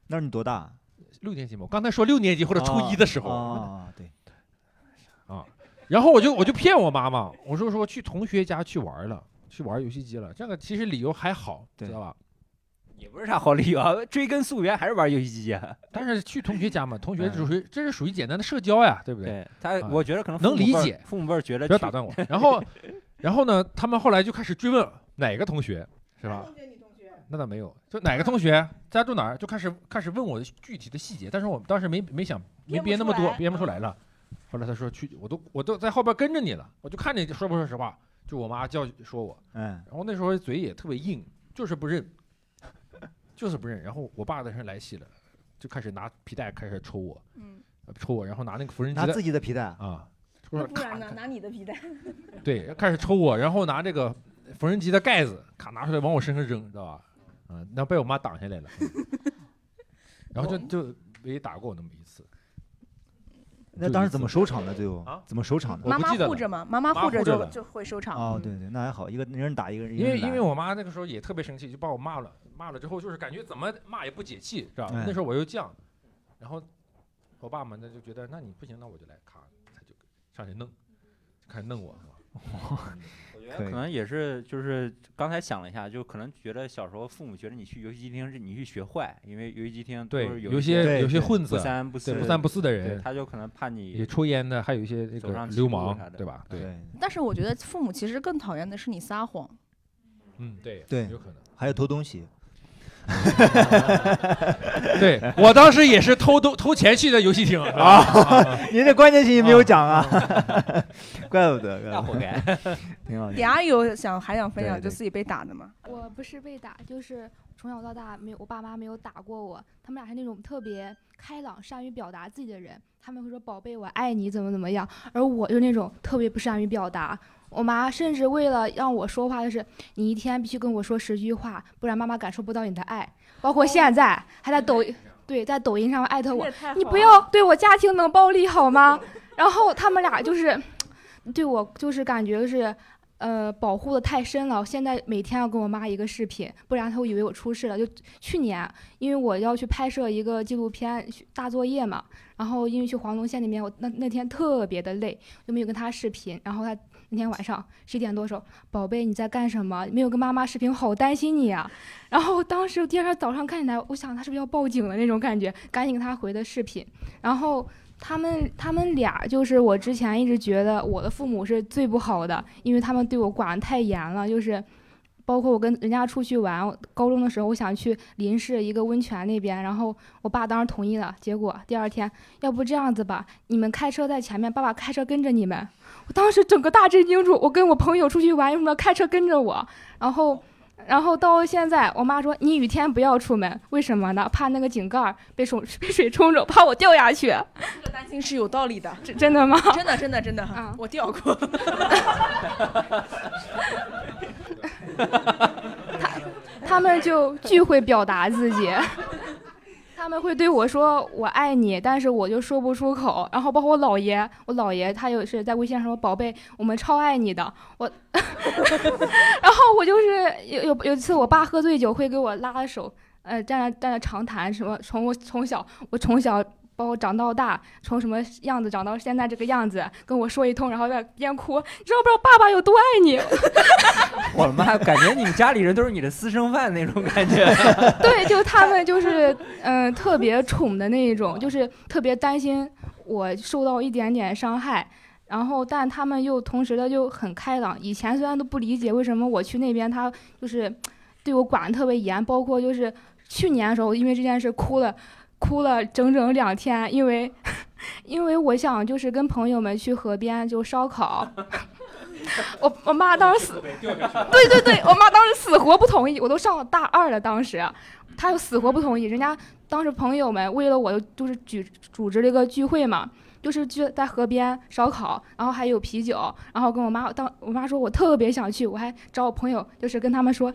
那你多大？
六年级嘛，我刚才说六年级或者初一的时候。
啊，对，
啊，然后我就我就骗我妈妈，我说说去同学家去玩儿了，去玩儿游戏机了。这个其实理由还好，知道吧？
也不是啥好理由啊，追根溯源还是玩游戏机啊。嗯
但是去同学家嘛，同学属于这是属于简单的社交呀，对不对？
他
啊
我觉得可能
能
父母
理
辈儿
解
父母辈儿觉得
不要
去
打断我。然后，然后呢，他们后来就开始追问哪个同学是吧？那倒没有，就哪个同学 家住哪儿，就开始开始问我具体的细节，但是我们当时没没想没
编不
编那么
出
多
来，嗯
编不出来了。后来他说去，我都我都在后边跟着你了，我就看你说不说实话，就我妈教说我，
嗯，
然后那时候嘴也特别硬，就是不认， 就是不认。然后我爸在那来气了，就开始拿皮带开始抽我，
嗯，
呃抽我，然后拿那个缝纫机
拿自己的皮带
啊，抽
那
上
不然呢？拿你的皮带。
对，开始抽我，然后拿这个缝纫机的盖子咔拿出来往我身上扔，知道吧？啊，那被我妈挡下来了，然后就就没打过我那么一次。
那当时怎么收场的？最后
啊
怎么收场的？
妈妈护着嘛，妈妈护着就就会收场。嗯
哦，对对，那还好，一个一个人打一个人，一
因
个
为
人
因为
打
我妈那个时候也特别生气，就把我骂了，骂了之后就是感觉怎么骂也不解气，是吧？
哎
那时候我又犟，然后我爸们呢就觉得那你不行，那我就来，咔，他就上去弄，就开始弄我。
我觉得可能也是，就是刚才想了一下，就可能觉得小时候父母觉得你去游戏机厅是你去学坏，因为游戏机厅都
对
是
有
一
些
些
有些混
不
子
三不四
对不三不四的人
对他就可能怕
也
你
抽烟的，还有一些那
走
个
上歧
流
路
氓
啥，的
对吧？对，
但是我觉得父母其实更讨厌的是你撒谎。
嗯，对，
对，
有可能。
还有偷东西。
对我当时也是偷偷偷钱去的游戏厅是吧
啊， 您这关键信息没有讲啊，怪不得，怪不得，
那活该
挺好。
底下有想还想分
哦
享
对
就
对
自己被打的嘛？
嗯
我不是被打，就是从小到大没有我爸妈没有打过我，他们俩是那种特别开朗、善于表达自己的人，他们会说“宝贝，我爱你”怎么怎么样，而我就那种特别不善于表达。我妈甚至为了让我说话，就是你一天必须跟我说十句话，不然妈妈感受不到你的爱。包
哦
括现在还在抖音，对，在抖音上艾特我
这也太，
你
好
不
了
要对我家庭冷暴力好吗？ 然后他们俩就是对我就是感觉是，呃，保护的太深了。我现在每天要跟我妈一个视频，不然她会以为我出事了。就去年，因为我要去拍摄一个纪录片去大作业嘛，然后因为去黄龙县那边，我那那天特别的累，就没有跟她视频。然后她那天晚上十点多的时候，宝贝你在干什么？没有跟妈妈视频，好担心你啊。然后当时第二天早上看起来，我想她是不是要报警了那种感觉，赶紧给她回的视频，然后。他们他们俩就是我之前一直觉得我的父母是最不好的，因为他们对我管得太严了，就是包括我跟人家出去玩，我高中的时候我想去林市一个温泉那边，然后我爸当时同意了，结果第二天要不这样子吧，你们开车在前面，爸爸开车跟着你们。我当时整个大震惊住，我跟我朋友出去玩，为什么要开车跟着我？然后然后到现在，我妈说你雨天不要出门，为什么呢？怕那个井盖儿被水被水冲 走，怕我掉下去。
这个担心是有道理的，
真真的吗 啊
真的真的真的，我掉过。
他们就巨会表达自己， 他们会对我说“我爱你”，但是我就说不出口。然后包括我姥爷，我姥爷他也是在微信上说：“宝贝，我们超爱你的。”我， 然后我就是有有有一次我爸喝醉酒会给我拉手，呃，站在站在长谈什么，从我从小我从小。包括长到大，从什么样子长到现在这个样子，跟我说一通，然后在边哭，你知道不知道爸爸有多爱你？
我妈感觉你们家里人都是你的私生饭那种感觉。
对，就他们就是嗯、呃特别宠的那一种，就是特别担心我受到一点点伤害，然后但他们又同时的就很开朗。以前虽然都不理解为什么我去那边，他就是对我管的特别严，包括就是去年的时候，因为这件事哭了，哭了整整两天，因为 因为我想就是跟朋友们去河边就烧烤。 我我妈当时 死，对对对，我妈当时死活不同意，我都上了大二了，当时，她就死活不同意。人家当时朋友们为了我，就是举组织了一个聚会嘛，就是聚在河边烧烤，然后还有啤酒，然后跟我妈当我妈说我特别想去，我还找我朋友，就是跟他们说，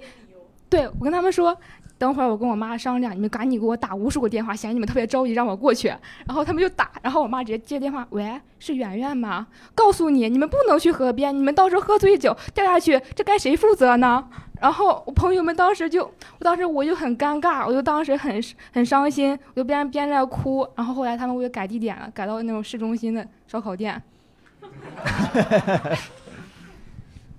对我跟他们说。等会儿我跟我妈商量，你们赶紧给我打无数个电话，显得你们特别着急让我过去。然后他们就打，然后我妈直接接电话，喂，是圆圆吗？告诉你，你们不能去河边，你们到时候喝醉酒掉下去，这该谁负责呢？然后我朋友们当时就，我当时我就很尴尬，我就当时很很伤心，我就边边在哭。然后后来他们给我改地点了，改到那种市中心的烧烤店。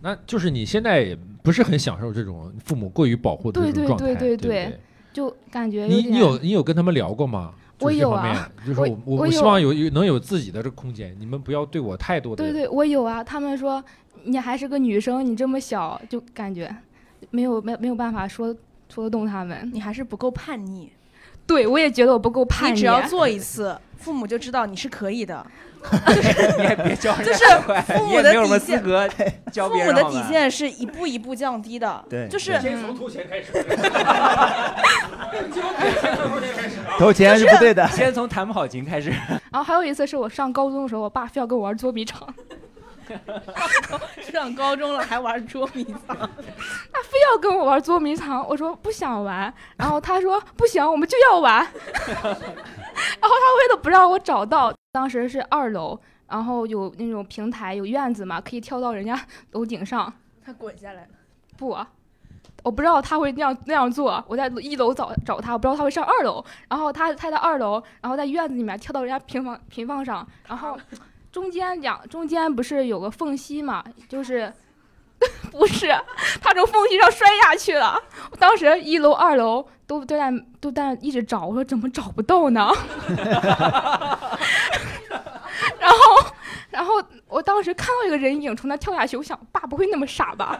那就是你现在也不是很享受这种父母过于保护的
对
这
对
种状态，
对
对不
对，就感觉
你
点
你有你有跟他们聊过吗？就
我
是这
有
方面
啊
就是
我
我我
我
希
有
望有有能有自己的这个空间，你们不要对我太多的
对对，我有啊。他们说你还是个女生，你这么小，就感觉没有没有没有办法说说得动他们。
你还是不够叛逆。
对，我也觉得我不够叛逆。
你只要做一次，父母就知道你是可以的。
你也别教人
就是
家坏，
父
你
母
也
的
没有什么
底
资
线
格教
父
别
母
人。
的
好
底
吧
线是一步一步降低的，
对
就是
先
从投钱 开始，
投钱是不对的
先从弹不好琴开始。
然后还有一次是我上高中的时候，我爸非要跟我玩捉迷藏，
上高中了还玩捉迷藏，
他非要跟我玩捉迷藏，我说不想玩，然后他说不行，我们就要玩， 然后他为了不让我找到，当时是二楼，然后有那种平台有院子嘛，可以跳到人家楼顶上，
他滚下来了。
不啊，我不知道他会那样那样做。啊我在一楼找找他，我不知道他会上二楼。然后他他在二楼，然后在院子里面跳到人家平房平房上，然后中间两中间不是有个缝隙嘛，就是不是他从缝隙上摔下去了。我当时一楼二楼都都在都在一直找，我说怎么找不到呢？ 然后，然后我当时看到一个人影从那跳下去，我想爸不会那么傻吧？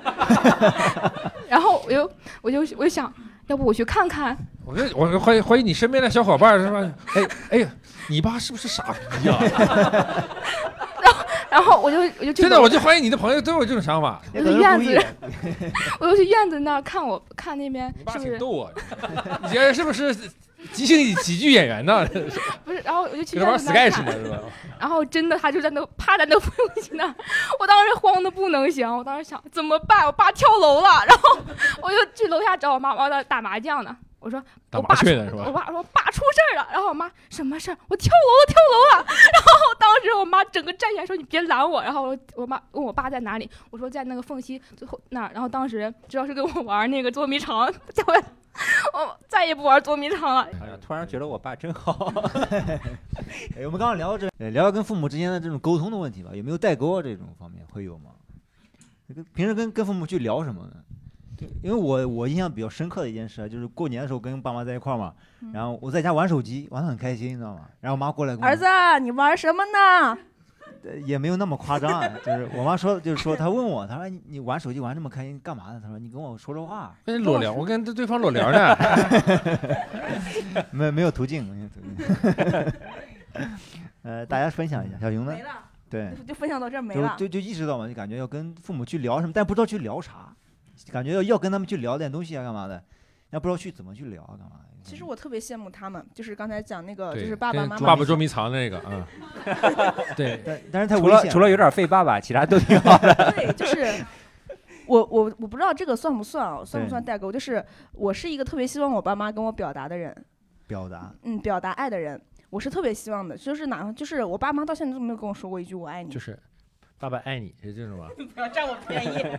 然后我就我就我就想，要不我去看看？
我就我怀疑怀疑你身边的小伙伴是吧？哎哎呀，你爸是不 是傻逼呀、
然后我就我就去
真的，
楼
我就怀疑你的朋友都有这种想法。
我就院子， 我就去院子那儿看我看那边是不是
逗我， 你这是不是即兴喜剧演 员呢？
不是？然后我就去
跟玩
院子那儿
sketch 呢
看，
是吧？
然后真的他就在那趴在那缝隙那儿，我当时慌的不能行，我当时想怎么办？我爸跳楼了，然后我就去楼下找我妈，我在打麻将呢。我说
打麻雀呢是
我
吧？
爸说爸出事儿了，然后我妈什么事儿？我跳楼了，跳楼了。 然后当时我妈整个站起来说你别拦我，然后我我妈问我爸在哪里，我说在那个缝隙最后那儿。然后当时知道是跟我玩那个捉迷藏， 叫我我再也不玩捉迷藏了。
哎呀突然觉得我爸真 好。
哎，我们刚刚聊到这，呃聊到跟父母之间的这种沟通的问题吧，有没有代沟啊？这种方面会有吗？跟平时跟跟父母去聊什么呢？对，因为我我印象比较深刻的一件事啊，就是过年的时候跟爸妈在一块儿嘛，
嗯
然后我在家玩手机，玩的很开心，你知道吗？然后我妈过来跟我
儿子，你玩什么呢？
呃也没有那么夸张 啊，就是我妈说，就是说她问我，她说你你玩手机玩这么开心干嘛呢？她说你跟我说说话，
跟人裸聊，我跟对方裸聊呢。
没没有途径，没有途径。 呃，大家分享一下，小熊呢
没了？
对，
就分享到这儿没
就
了
就就意识到嘛，就感觉要跟父母去聊什么，但不知道去聊啥。感觉要要跟他们去聊点东西啊，干嘛的，那不知道去怎么去聊啊，干嘛的。
其实我特别羡慕他们，就是刚才讲那个，就
对
是爸爸
跟
妈妈。
爸爸捉迷藏那个 啊，对，
但但是太
除
危
了
险
除了有点费爸爸，其他都挺好的。
对，就是 我我我不知道这个算不算啊，算不算代沟？就是我是一个特别希望我爸妈跟我表达的人，
表达，
嗯，表达爱的人，我是特别希望的。就是哪怕就是我爸妈到现在都没有跟我说过一句我爱你，
就是爸爸爱你是这种吧？
不要占我便 宜。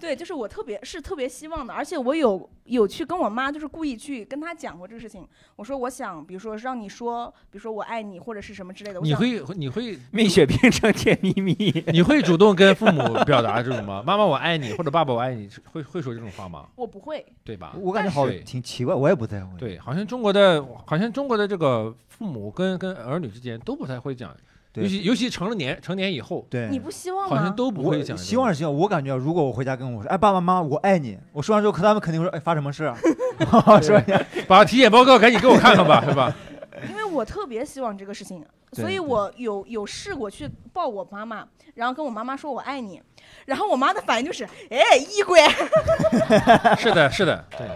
对，就是我特别是特别希望的，而且我有有去跟我妈，就是故意去跟她讲过这个事情。我说我想，比如说让你说，比如说我爱你或者是什么之类的。我
你
想
会你会
蜜雪冰城甜蜜蜜，
你会主动跟父母表达这种吗？妈妈我爱你，或者爸爸我爱你，会会说这种话吗？
我不会，
对吧？
我感觉好
对
挺奇怪，我也不太会。
对，好像中国的，好像中国的这个父母跟跟儿女之间都不太会讲，
对
尤其尤其成了年成年以后，
对
你不希望
好像
吗？
都不会讲
我希望是希望，我感觉如果我回家跟我说，哎，爸爸妈妈，我爱你，我说完之后，他们肯定会说，哎，发生什么事 啊？说
把体检报告赶紧给我看看吧，是吧？
因为我特别希望这个事情，
对
所以我有有试过去抱我妈妈，然后跟我妈妈说我爱你，然后我妈的反应就是，哎，衣柜。
是的，是的，对，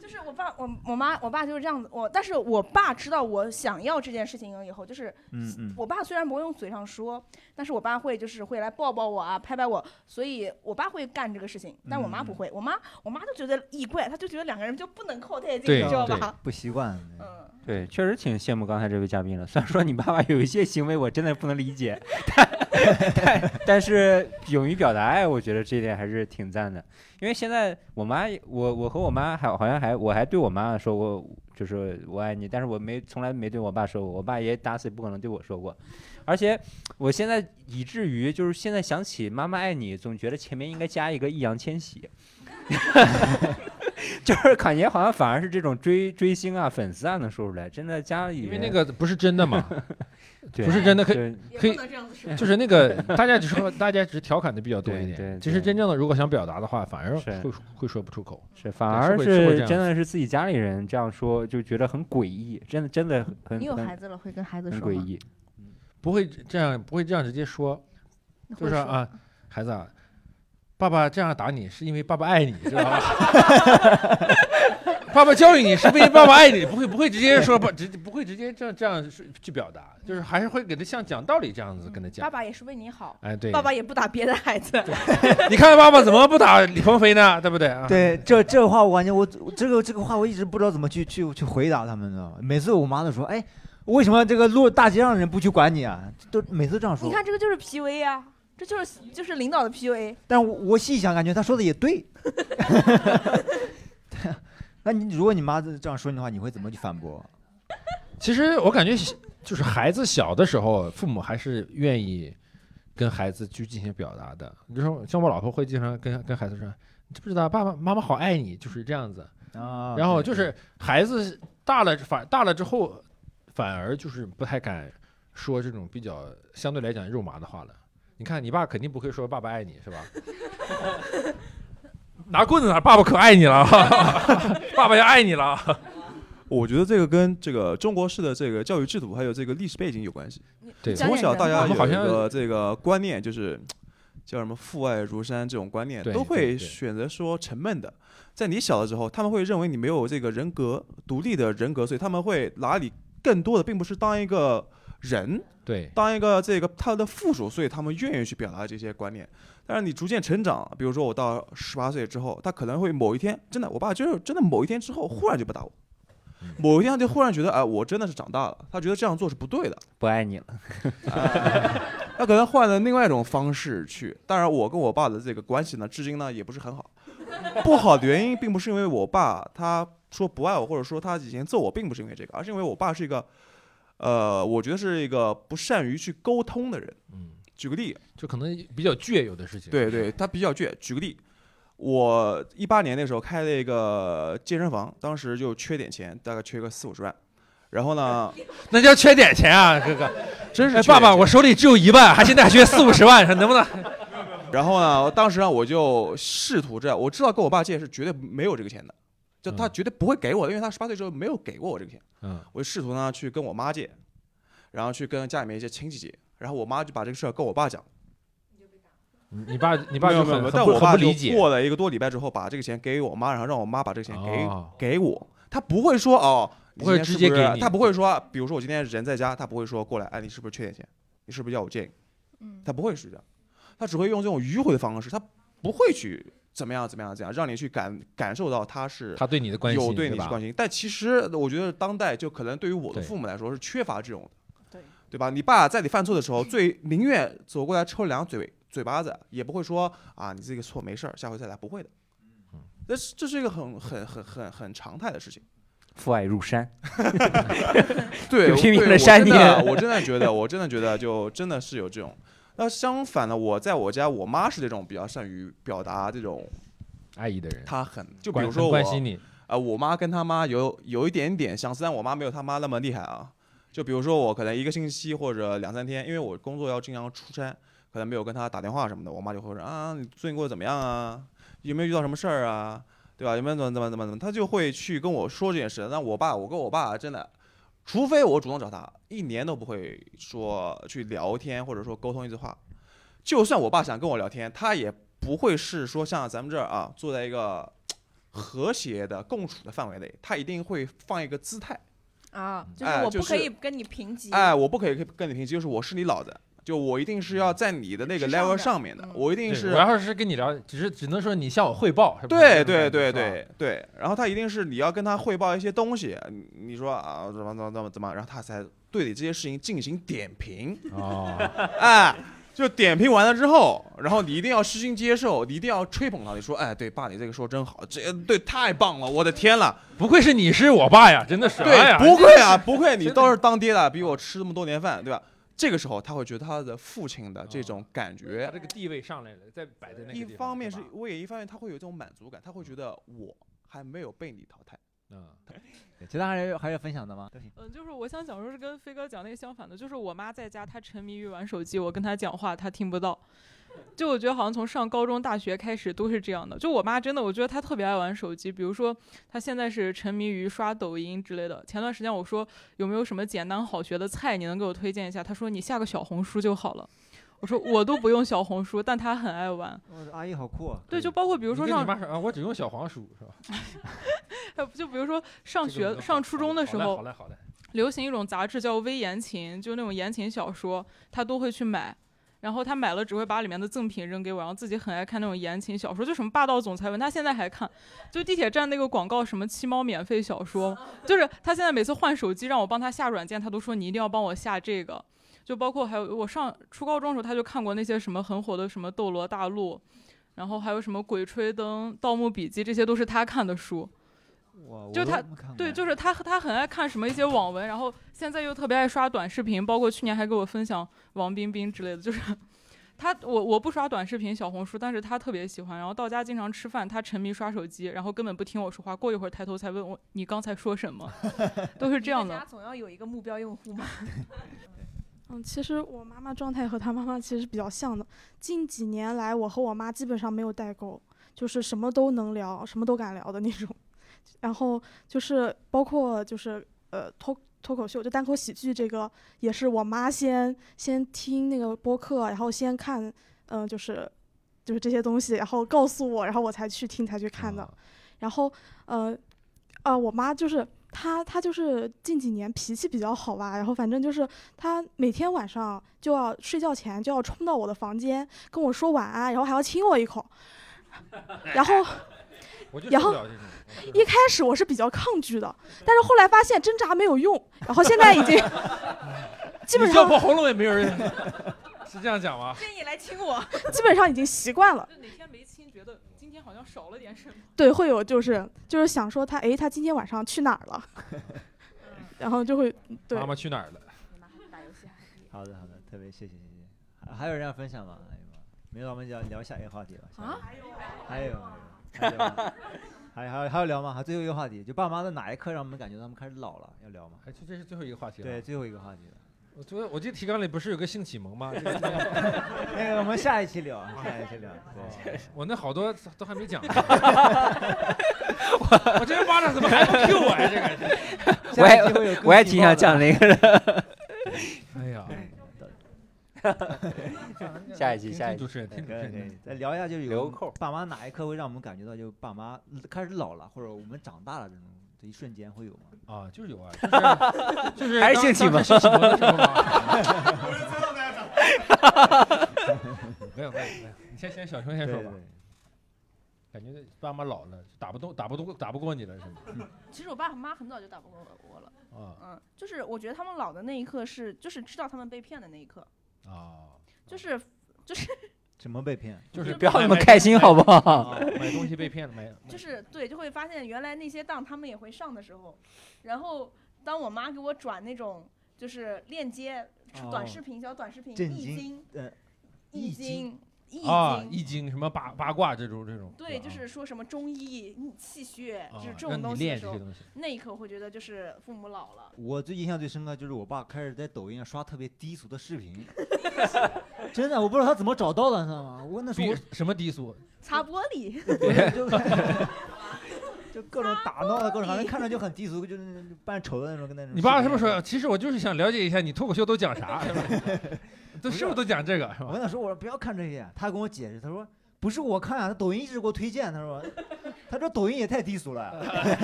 就是我爸，我我妈，我爸就是这样子。我但是我爸知道我想要这件事情以后，就是
嗯嗯
我爸虽然不会用嘴上说，但是我爸会就是会来抱抱我啊，拍拍我，所以我爸会干这个事情，但我妈
嗯
不会。我妈我妈就觉得异怪，她就觉得两个人就不能靠太近，
对
你知道
对
吧？
不习惯。
嗯
对，确实挺羡慕刚才这位嘉宾的。虽然说你爸爸有一些行为我真的不能理解，但 但但是勇于表达爱，我觉得这一点还是挺赞的。因为现在我妈，我我和我妈还好像还我还对我妈说过，就是我爱你，但是我没从来没对我爸说过，我爸也打死也不可能对我说过。而且我现在以至于就是现在想起妈妈爱你，总觉得前面应该加一个易烊千玺。 就是感觉好像反而是这种追追星啊、粉丝啊能说出来，真的家里，
因为那个不是真的嘛
对
不是真的，可以
对
可
也
以
不能这样子说，
就是那个大家只说大家只是调侃的比较多一
对对
点，其实真正的如果想表达的话，反而
是
会会说不出口，
是反
对
而
会会这
是
样
真的是自己家里人这样说，就觉得很诡异，真的真的很
你有
很
孩子了，会跟孩子
很
说
诡
吗？
异。
不会这样，不会这样直接说，
那
就
会
是
说
啊，孩子啊，爸爸这样打你是因为爸爸爱你，知 道吧？爸爸教育你是因为爸爸爱你，不会不会直接说不直不会直接这样这样去去表达，就是还是会给他像讲道理这样子跟他讲。
爸爸也是为你好，
哎，对，
爸爸也不打别的孩子。
你看爸爸怎么不打李鹏飞呢？对不对 啊？
对，这这话我感觉我我这个这个话我一直不知道怎么去去去回答他们，知道吗？每次我妈都说，哎，为什么这个路大街上的人不去管你啊？都每次这样说。
你看，这个就是 PUA 啊，这就是就是领导的 PUA。
但我我细想，感觉他说的也 对。 那你如果你妈这样说你啊的话，你会怎么去反驳？
其实我感觉就是孩子小的时候，父母还是愿意跟孩子去进行表达的。你就说像我老婆会经常跟跟孩子说：“你知不知道爸爸妈妈好爱你？”就是这样子。
啊
然后
对
就是孩子大了反大了之后，反而就是不太敢说这种比较相对来讲肉麻的话了。你看，你爸肯定不会说“爸爸爱你”是吧？拿棍子拿，爸爸可爱你了，啊 爸爸要爱你了。啊
我觉得这个跟这个中国式的这个教育制度还有这个历史背景有关系。
对
从小大
我
家
们好
有一
像
个这个观念，就是叫什么“父爱如山”这种观念，
对
都会
对对
选择说沉闷的。在你小的时候，他们会认为你没有这个人格独立的人格，所以他们会拿你更多的并不是当一个人，
对，
当一个这个他的附属，所以他们愿意去表达这些观念。但是你逐渐成长，比如说我到十八岁之后，他可能会某一天真的，我爸就是真的某一天之后忽然就不打我，某一天他就忽然觉得，哎，我真的是长大了，他觉得这样做是不对的，
不爱 你了。
他可能换了另外一种方式去。当然，我跟我爸的这个关系呢，至今呢也不是很好。不好的原因并不是因为我爸他说不爱我，或者说他以前揍我，并不是因为这个，而是因为我爸是一个，呃，我觉得是一个不善于去沟通的人。
嗯，
举个例，
就可能比较倔，有的事情。
对对，他比较倔。举个例，我一八年那时候开了一个健身房，当时就缺点钱，大概缺个四五十万。然后呢，
那叫缺点钱啊，哥哥，真是、
哎
爸爸，我手里只有一万，还现在还缺四五十万， 能不能？
然后呢，我当时呢我就试图着，我知道跟我爸借是绝对没有这个钱的，就他绝对不会给我的，因为他十八岁之后没有给过我这个钱。
嗯，
我就试图呢去跟我妈借，然后去跟家里面一些亲戚借，然后我妈就把这个事儿跟我爸讲，
你你爸你爸
没有
就
没有没有，
很
但
很不
我
很
爸
不
就
理解。
过了一个多礼拜之后，把这个钱给我妈，然后让我妈把这个钱给、
哦
给我，他不会说哦，
不会
你今
直接
天是不是
给你
他不会说，比如说我今天人在家，他不会说过来，哎，你是不是缺点钱？你是不是要我借你？他不会是这样，他只会用这种迂回的方式，他不会去怎么样怎么样怎样，让你去感感受到他是
他对你的关
有
心
对
对
你
吧
是关心。但其实我觉得当代就可能对于我的
对
父母来说是缺乏这种的。对吧？你爸在你犯错的时候，最宁愿走过来抽两嘴嘴巴子，也不会说啊，你这个错没事儿，下回再来，不会的。
嗯
这是这是一个很很很很很常态的事情。，
父爱如 山
对，
就拼命
对
的扇你
我真的，我真的觉得，我真的觉得，就真的是有这种。那相反的，我在我家，我妈是这种比较善于表达这种
爱意的人，
她很就比
关
如说我
很关心你，
呃，我妈跟她妈有有一点点相似，但我妈没有她妈那么厉害啊。就比如说我可能一个星期或者两三天，因为我工作要经常出差，可能没有跟她打电话什么的，我妈就会说啊，你最近过得怎么样啊？有没有遇到什么事儿啊？对吧？有没有怎么怎么怎么怎么？她就会去跟我说这件事。但我爸，我跟我爸真的，除非我主动找他，一年都不会说去聊天或者说沟通一句话。就算我爸想跟我聊天，他也不会是说像咱们这儿啊，坐在一个和谐的共处的范围内，他一定会放一个姿态。
啊，就是
哎
我
就
不可
是
以跟你平级。
哎，我不可以跟你平级，就是我是你老子，就我一定是要在你嗯的那嗯个 level 上面的，我一定
对
是
我要是跟你聊，只是只能说你向我汇报，是不是
对对对，
是吧
对对，然后他一定是你要跟他汇报一些东西，你你说啊怎么怎么怎么怎么，然后他才对你这些事情进行点评。
哦，
哎，就点评完了之后，然后你一定要虚心接受，你一定要吹捧他，你说哎，对爸，你这个说真好，这对太棒了，我的天了，
不愧是你是我爸呀，真的是，哎
对，
呀
不愧啊，
真的是
不愧你都是当爹的，比我吃这么多年饭，对吧？这个时候他会觉得他的父亲的这种感觉，
他这个地位上来了，再摆在那个
一
地
方面
对
是
吧，
我也一方面他会有一种满足感，他会觉得我还没有被你淘汰。
嗯，
其他还有还有分享的吗？
嗯，就是我想讲说是跟飞哥讲那个相反的，就是我妈在家，她沉迷于玩手机，我跟她讲话她听不到。就我觉得好像从上高中、大学开始都是这样的。就我妈真的，我觉得她特别爱玩手机，比如说她现在是沉迷于刷抖音之类的。前段时间我说有没有什么简单好学的菜你能给我推荐一下，她说你下个小红书就好了。我说我都不用小红书，但她很爱玩。
我说阿姨好酷啊！
对，就包括比如说
哦你跟
上
你妈说啊，我只用小黄鼠是吧？
还有就比如说上
这个我
学
们
上初中的时候，
好嘞好嘞好嘞
流行一种杂志叫微言情，就那种言情小说，他都会去买。然后他买了只会把里面的赠品扔给我，然后自己很爱看那种言情小说，就什么霸道总裁文，他现在还看。就地铁站那个广告什么七猫免费小说， 就是他现在每次换手机让我帮他下软件，他都说你一定要帮我下这个。就包括还有我上初高中的时候，他就看过那些什么很火的什么《斗罗大陆》，然后还有什么《鬼吹灯》《盗墓笔记》，这些都是他看的书。
我
就
我都
他
没看过
对，就是他他很爱看什么一些网文，然后现在又特别爱刷短视频，包括去年还给我分享王冰冰之类的，就是 他我我不刷短视频、小红书，但是他特别喜欢，然后到家经常吃饭，他沉迷刷手机，然后根本不听我说话，过一会儿抬头才问我你刚才说什么， 都是这样
大
的
家。总要有一个目标用户 嘛。
嗯，其实我妈妈状态和她妈妈其实比较像的。近几年来，我和我妈基本上没有代沟，就是什么都能聊，什么都敢聊的那种。 然后就是包括就是呃脱脱口秀，就单口喜剧这个，也是我妈先先听那个播客，然后先看，嗯、就是就是这些东西，然后告诉我，然后我才去听才去看的。然后呃啊，我妈就是她，她就是近几年脾气比较好吧，然后反正就是她每天晚上就要睡觉前就要冲到我的房间跟我说晚安，然后还要亲我一口，然后。
我就
然
受不
后
了这种
一开始我是比较抗拒的，但是后来发现挣扎没有用，然后现在已经基本
你叫
上
破喉咙也没有人， 是这样讲吗？
建议来亲我，
基本上已经 习惯了。
哪天没亲，觉得今天好像少了点 什么。
对，会有就是就是想说他，诶，他今天晚上去哪儿了，然后就会对
妈妈去哪儿了？
好的好的，特别谢谢谢谢。还还有人要分享吗？还有吗没有，我们聊聊下一个话题吧。下一个
啊
还有还有还有吗还有还有还有聊吗？还最后一个话题，就爸妈的哪一刻让我们感觉到他们开始老了？要聊吗？
哎，这这是最后一个话题了。
对，最后一个话题了。
我昨天我这提纲里不是有个性启蒙 吗？
那啊个我们下一期聊，下一期聊。对，
哦我那好多都还没讲呢。 我这巴掌怎么还不 Q 我呀？这个，
我也我也挺想讲那个的。
哎呀，
下一期，下一期，
主持人，听主持
可以可
人
以，再聊一下，就是
留
有爸妈哪一刻会让我们感觉到，就爸妈开始老了，或者我们长大了这种，这一瞬间会有吗？
啊，就是有啊，就是就是还是性启蒙当时
性启
性启
蒙
蒙
的
的
时
时
候
候
吗
吗？没有没有没有，你先先小熊先说吧。感觉爸妈老了，打不动，打不动，打不过你了，是吗？
其实我爸和妈很早就打不过我了，
啊
嗯，就是我觉得他们老的那一刻是，就是知道他们被骗的那一刻，
啊，
就是就是
什么被骗？哦
就是
不要那么
买
开心好不好
买啊买东西被骗了， 买
就是对，就会发现原来那些当他们也会上的时候，然后当我妈给我转那种就是链接、
哦
短视频、小短视频、
震
易
惊
经、
呃，
易经、易
啊，
经，
易经什么八八卦这种这种，
对，就是说什么中医、你气血，
哦
啊
就是这
让
种
你
东西的
练
时
这
候
些东西，
那一刻会觉得就是父母老了。
我最印象最深刻就是我爸开始在抖音上刷特别低俗的视 频，真的，我不知道他怎么找到的，你知道吗？我那时候
比什么低 俗？
擦玻璃，
就各种打闹的各种， 反正看着就很低俗，就是扮丑的那种，跟那种。
你爸是不是说，其实我就是想了解一下你脱口秀都讲啥，是吧？都是不是都讲这个是吧？
我跟他说，我说不要看这些，他跟我解释，他说不是我看啊，他抖音一直给我推荐，他 说，他说抖音也太低俗了，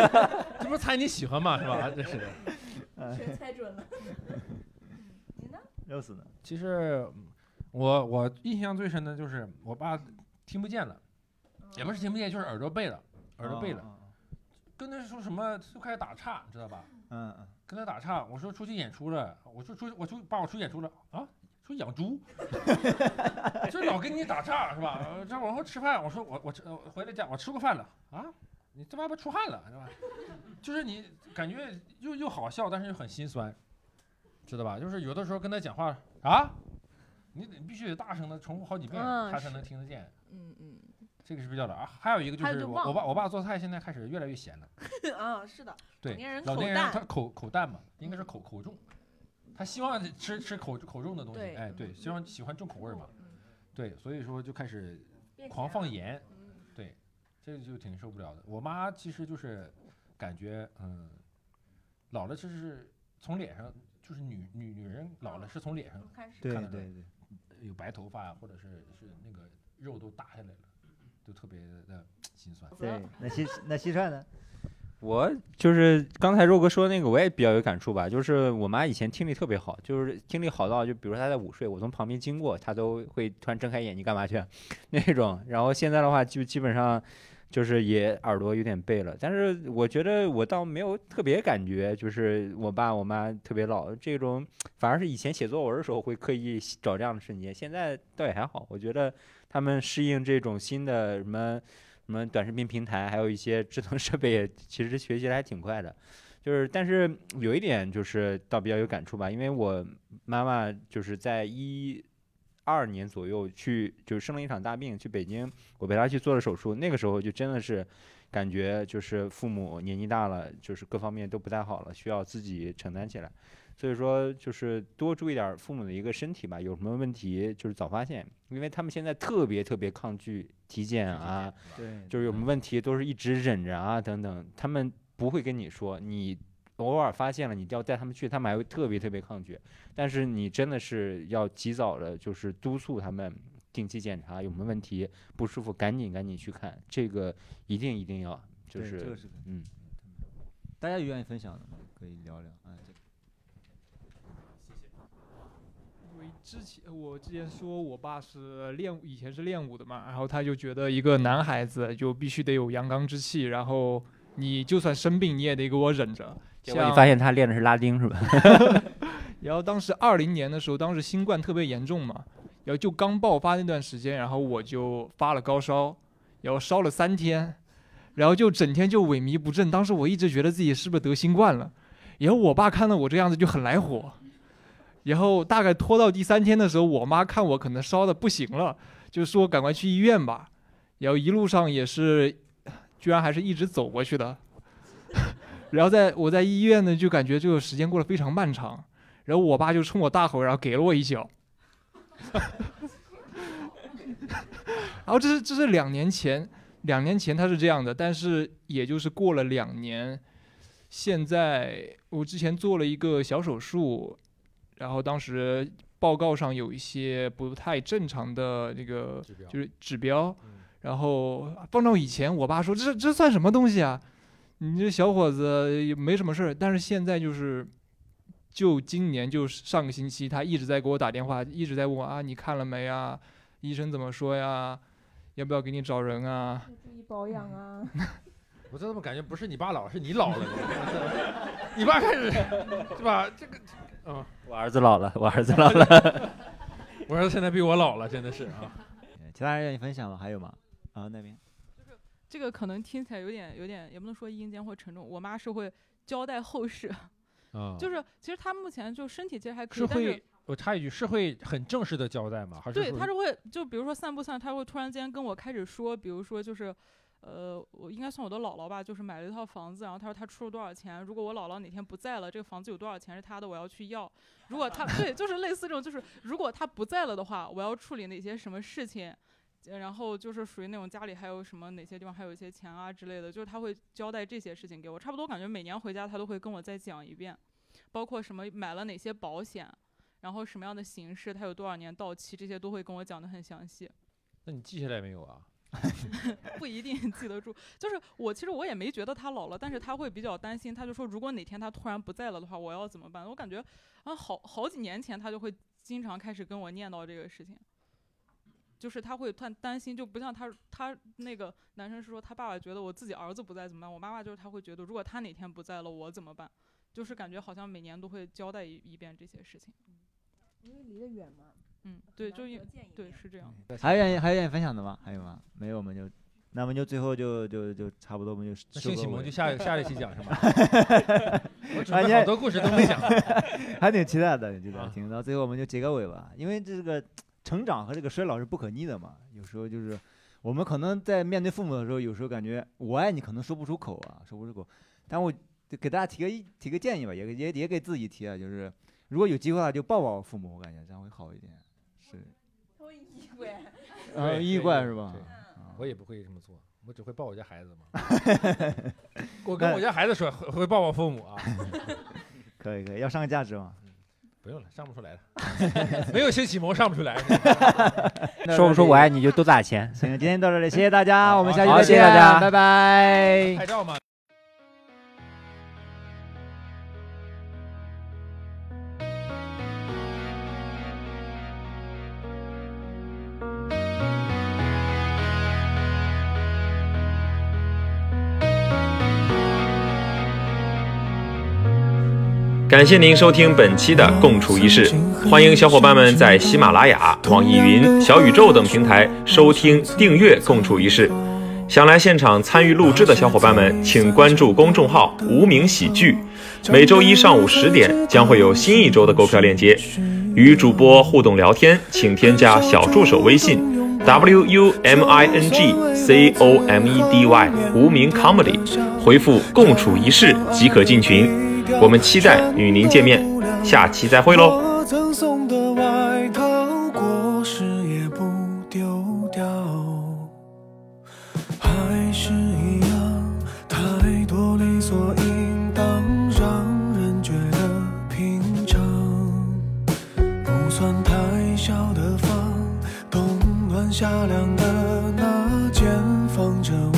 这不是猜你喜欢嘛，是吧？ 这是的。
全猜准 了。你呢？
热死了。
其实嗯我我印象最深的就是我爸听不见了，
嗯
也不是听不见，就是耳朵背了，耳朵背了，跟他说什么就开始打岔，你知道吧？
嗯嗯，
跟他打岔，我说出去演出了，我说出去我出爸我出去演出了啊，说养猪， 就老跟你打岔是吧？呃这往后吃饭，我说我我吃我回来家我吃过饭了啊，你这爸爸出汗了是吧？就是你感觉又又好笑，但是又很心酸，知道吧？就是有的时候跟他讲话啊，你得必须得大声的重复好几遍，
嗯
他才能
是
听得见。
嗯嗯，
这个是比较的啊，还有一个就
还有
是
就
我
忘
我爸
了
我爸做菜现在开始越来越咸了，
啊，是的，
对，
老年人
老
口
年人他
淡，
口口淡嘛，应该是口口重，他希望吃吃口口重的东西，
对
哎，对，希望喜欢重口味儿嘛，对，所以说就开始狂放盐，
嗯
对，这个就挺受不了的。我妈其实就是感觉，嗯，老了就是从脸上，就是女女女人老了是从脸上
哦开始
看
对
得出来
对对，
有白头发啊或者是是那个肉都打下来了，就特别的心酸。
对，那蟋那蟋蟀呢？
我就是刚才肉哥说那个，我也比较有感触吧。就是我妈以前听力特别好，就是听力好到就比如说她在午睡，我从旁边经过，她都会突然睁开眼睛干嘛去那种。然后现在的话，就基本上就是也耳朵有点背了，但是我觉得我倒没有特别感觉，就是我爸我妈特别老这种，反而是以前写作文的时候会刻意找这样的瞬间，现在倒也还好。我觉得他们适应这种新的什么。什么短视频平台，还有一些智能设备也，其实学习的还挺快的。就是，但是有一点就是倒比较有感触吧，因为我妈妈就是在一二年左右去，就是生了一场大病，去北京，我陪她去做了手术。那个时候就真的是感觉就是父母年纪大了，就是各方面都不太好了，需要自己承担起来。所以说，就是多注意点儿父母的一个身体吧，有什么问题就是早发现，因为他们现在特别特别抗拒体检啊，
对，
就是有什么问题都是一直忍着啊等等，他们不会跟你说，你偶尔发现了，你要带他们去，他们还会特别特别抗拒。但是你真的是要及早的，就是督促他们定期检查有没有问题，不舒服赶紧赶紧去看，这个一定一定要，就
对
是
这个是
嗯。
大家有愿意分享的吗？可以聊聊。哎，这个
因为之前我之前说我爸是练武以前是练武的 嘛，然后他就觉得一个男孩子就必须得有阳刚之气，然后你就算生病你也得给我忍着。
结果你
像
发现他练的是拉丁是吧？
然后当时二零年的时候，当时新冠特别严重嘛，然后就刚爆发那段时间，然后我就发了高烧，然后烧了三天，然后就整天就萎靡不振。当时我一直觉得自己是不是得新冠了，然后我爸看到我这样子就很来火，然后大概拖到第三天的时候，我妈看我可能烧的不行了，就说赶快去医院吧。然后一路上也是，居然还是一直走过去的。然后在我在医院呢，就感觉这个时间过得非常漫长。然后我爸就冲我大吼，然后给了我一脚。 然后这是这是两年前，两年前他是这样的，但是也就是过了两年，现在我之前做了一个小手术，然后当时报告上有一些不太正常的这个就是指标，嗯然后放到以前，我爸说这这算什么东西啊？你这小伙子也没什么事儿，但是现在就是，就今年就是上个星期，他一直在给我打电话，一直在问我啊，你看了没啊？医生怎么说呀？要不要给你找人啊？
注意保养啊。
我这怎么感觉不是你爸老，是你老了？你爸开始 是吧？这个，嗯，
我儿子老了，我儿子老了。
我儿子现在比我老了，真的是啊。
哎其他人愿意分享吗？还有吗？啊，那边
这个可能听起来有点有点，也不能说阴间或沉重。我妈是会交代后事，
嗯
啊，
就是其实她目前就身体其实还可
是
以，但
会，我插一句，是会很正式的交代吗？还是
对，
说
她是会就比如说散步散，她会突然间跟我开始说，比如说就是。呃，我应该算我的姥姥吧，就是买了一套房子，然后她说她出了多少钱，如果我姥姥哪天不在了，这个房子有多少钱是她的，我要去要。如果她 对，就是类似这种，就是如果她不在了的话，我要处理哪些什么事情，呃然后就是属于那种家里还有什么哪些地方还有一些钱啊之类的，就是她会交代这些事情给我，差不多感觉每年回家她都会跟我再讲一遍，包括什么买了哪些保险，然后什么样的形式，它有多少年到期，这些都会跟我讲的很详细。
那你记下来没有啊？
不一定记得住。就是我其实我也没觉得他老了，但是他会比较担心，他就说如果哪天他突然不在了的话，我要怎么办？我感觉啊，好好几年前他就会经常开始跟我念叨这个事情。就是他会突然担心，就不像他他那个男生是说他爸爸觉得我自己儿子不在怎么办，我妈妈就是他会觉得如果他哪天不在了我怎么办，就是感觉好像每年都会交代一一遍这些事情。
因为离得远嘛。
嗯，对，就因对是这样。
还有愿意还有愿意分享的吗？还有吗？没有，我们就，那我们就最后就就就差不多，我们就
那
收
性
个
启蒙
尾
就下下一期讲是吗我准备
啊你
好
还
多故事都没 讲啊
还挺期待的，挺期待的。挺到最后我们就结个尾吧，因为这个成长和这个衰老是不可逆的嘛，有时候就是。我们可能在面对父母的时候，有时候感觉“我爱你”可能说不出口啊，说不出口。但我就给大家提个意提个建议吧，也给也也给自己提啊，就是如果有机会的话，就抱抱父母，我感觉这样会好一点。是，
我衣柜。
呃，
对
易
对
怪
对
是吧
对？
啊
我也不会这么做，我只会抱我家孩子 嘛。我跟我家孩子说会会抱抱父 母啊，
可以可以，要上个价值吗？
不用了，上不出来了，没有性启蒙上 不出来。
说不出我爱你就多打钱。
行，嗯今天到这里，谢谢大家，我们下期
好
再
谢
见，
谢大家
拜拜。
拍照嘛。
感谢您收听本期的《共处一室》，欢迎小伙伴们在喜马拉雅、网易云、小宇宙等平台收听、订阅《共处一室》。想来现场参与录制的小伙伴们，请关注公众号“无名喜剧”，每周一上午十点将会有新一周的购票链接。与主播互动聊天，请添加小助手微信 w u m i n g c o m e d y 无名 comedy，回复“共处一室”即可进群。我们期待与您见面，下期再会喽。
我赠送的外套，过时也不丢掉，还是一样，太多理所应当，让人觉得平常。不算太小的房，冬暖夏凉的那间，放着我。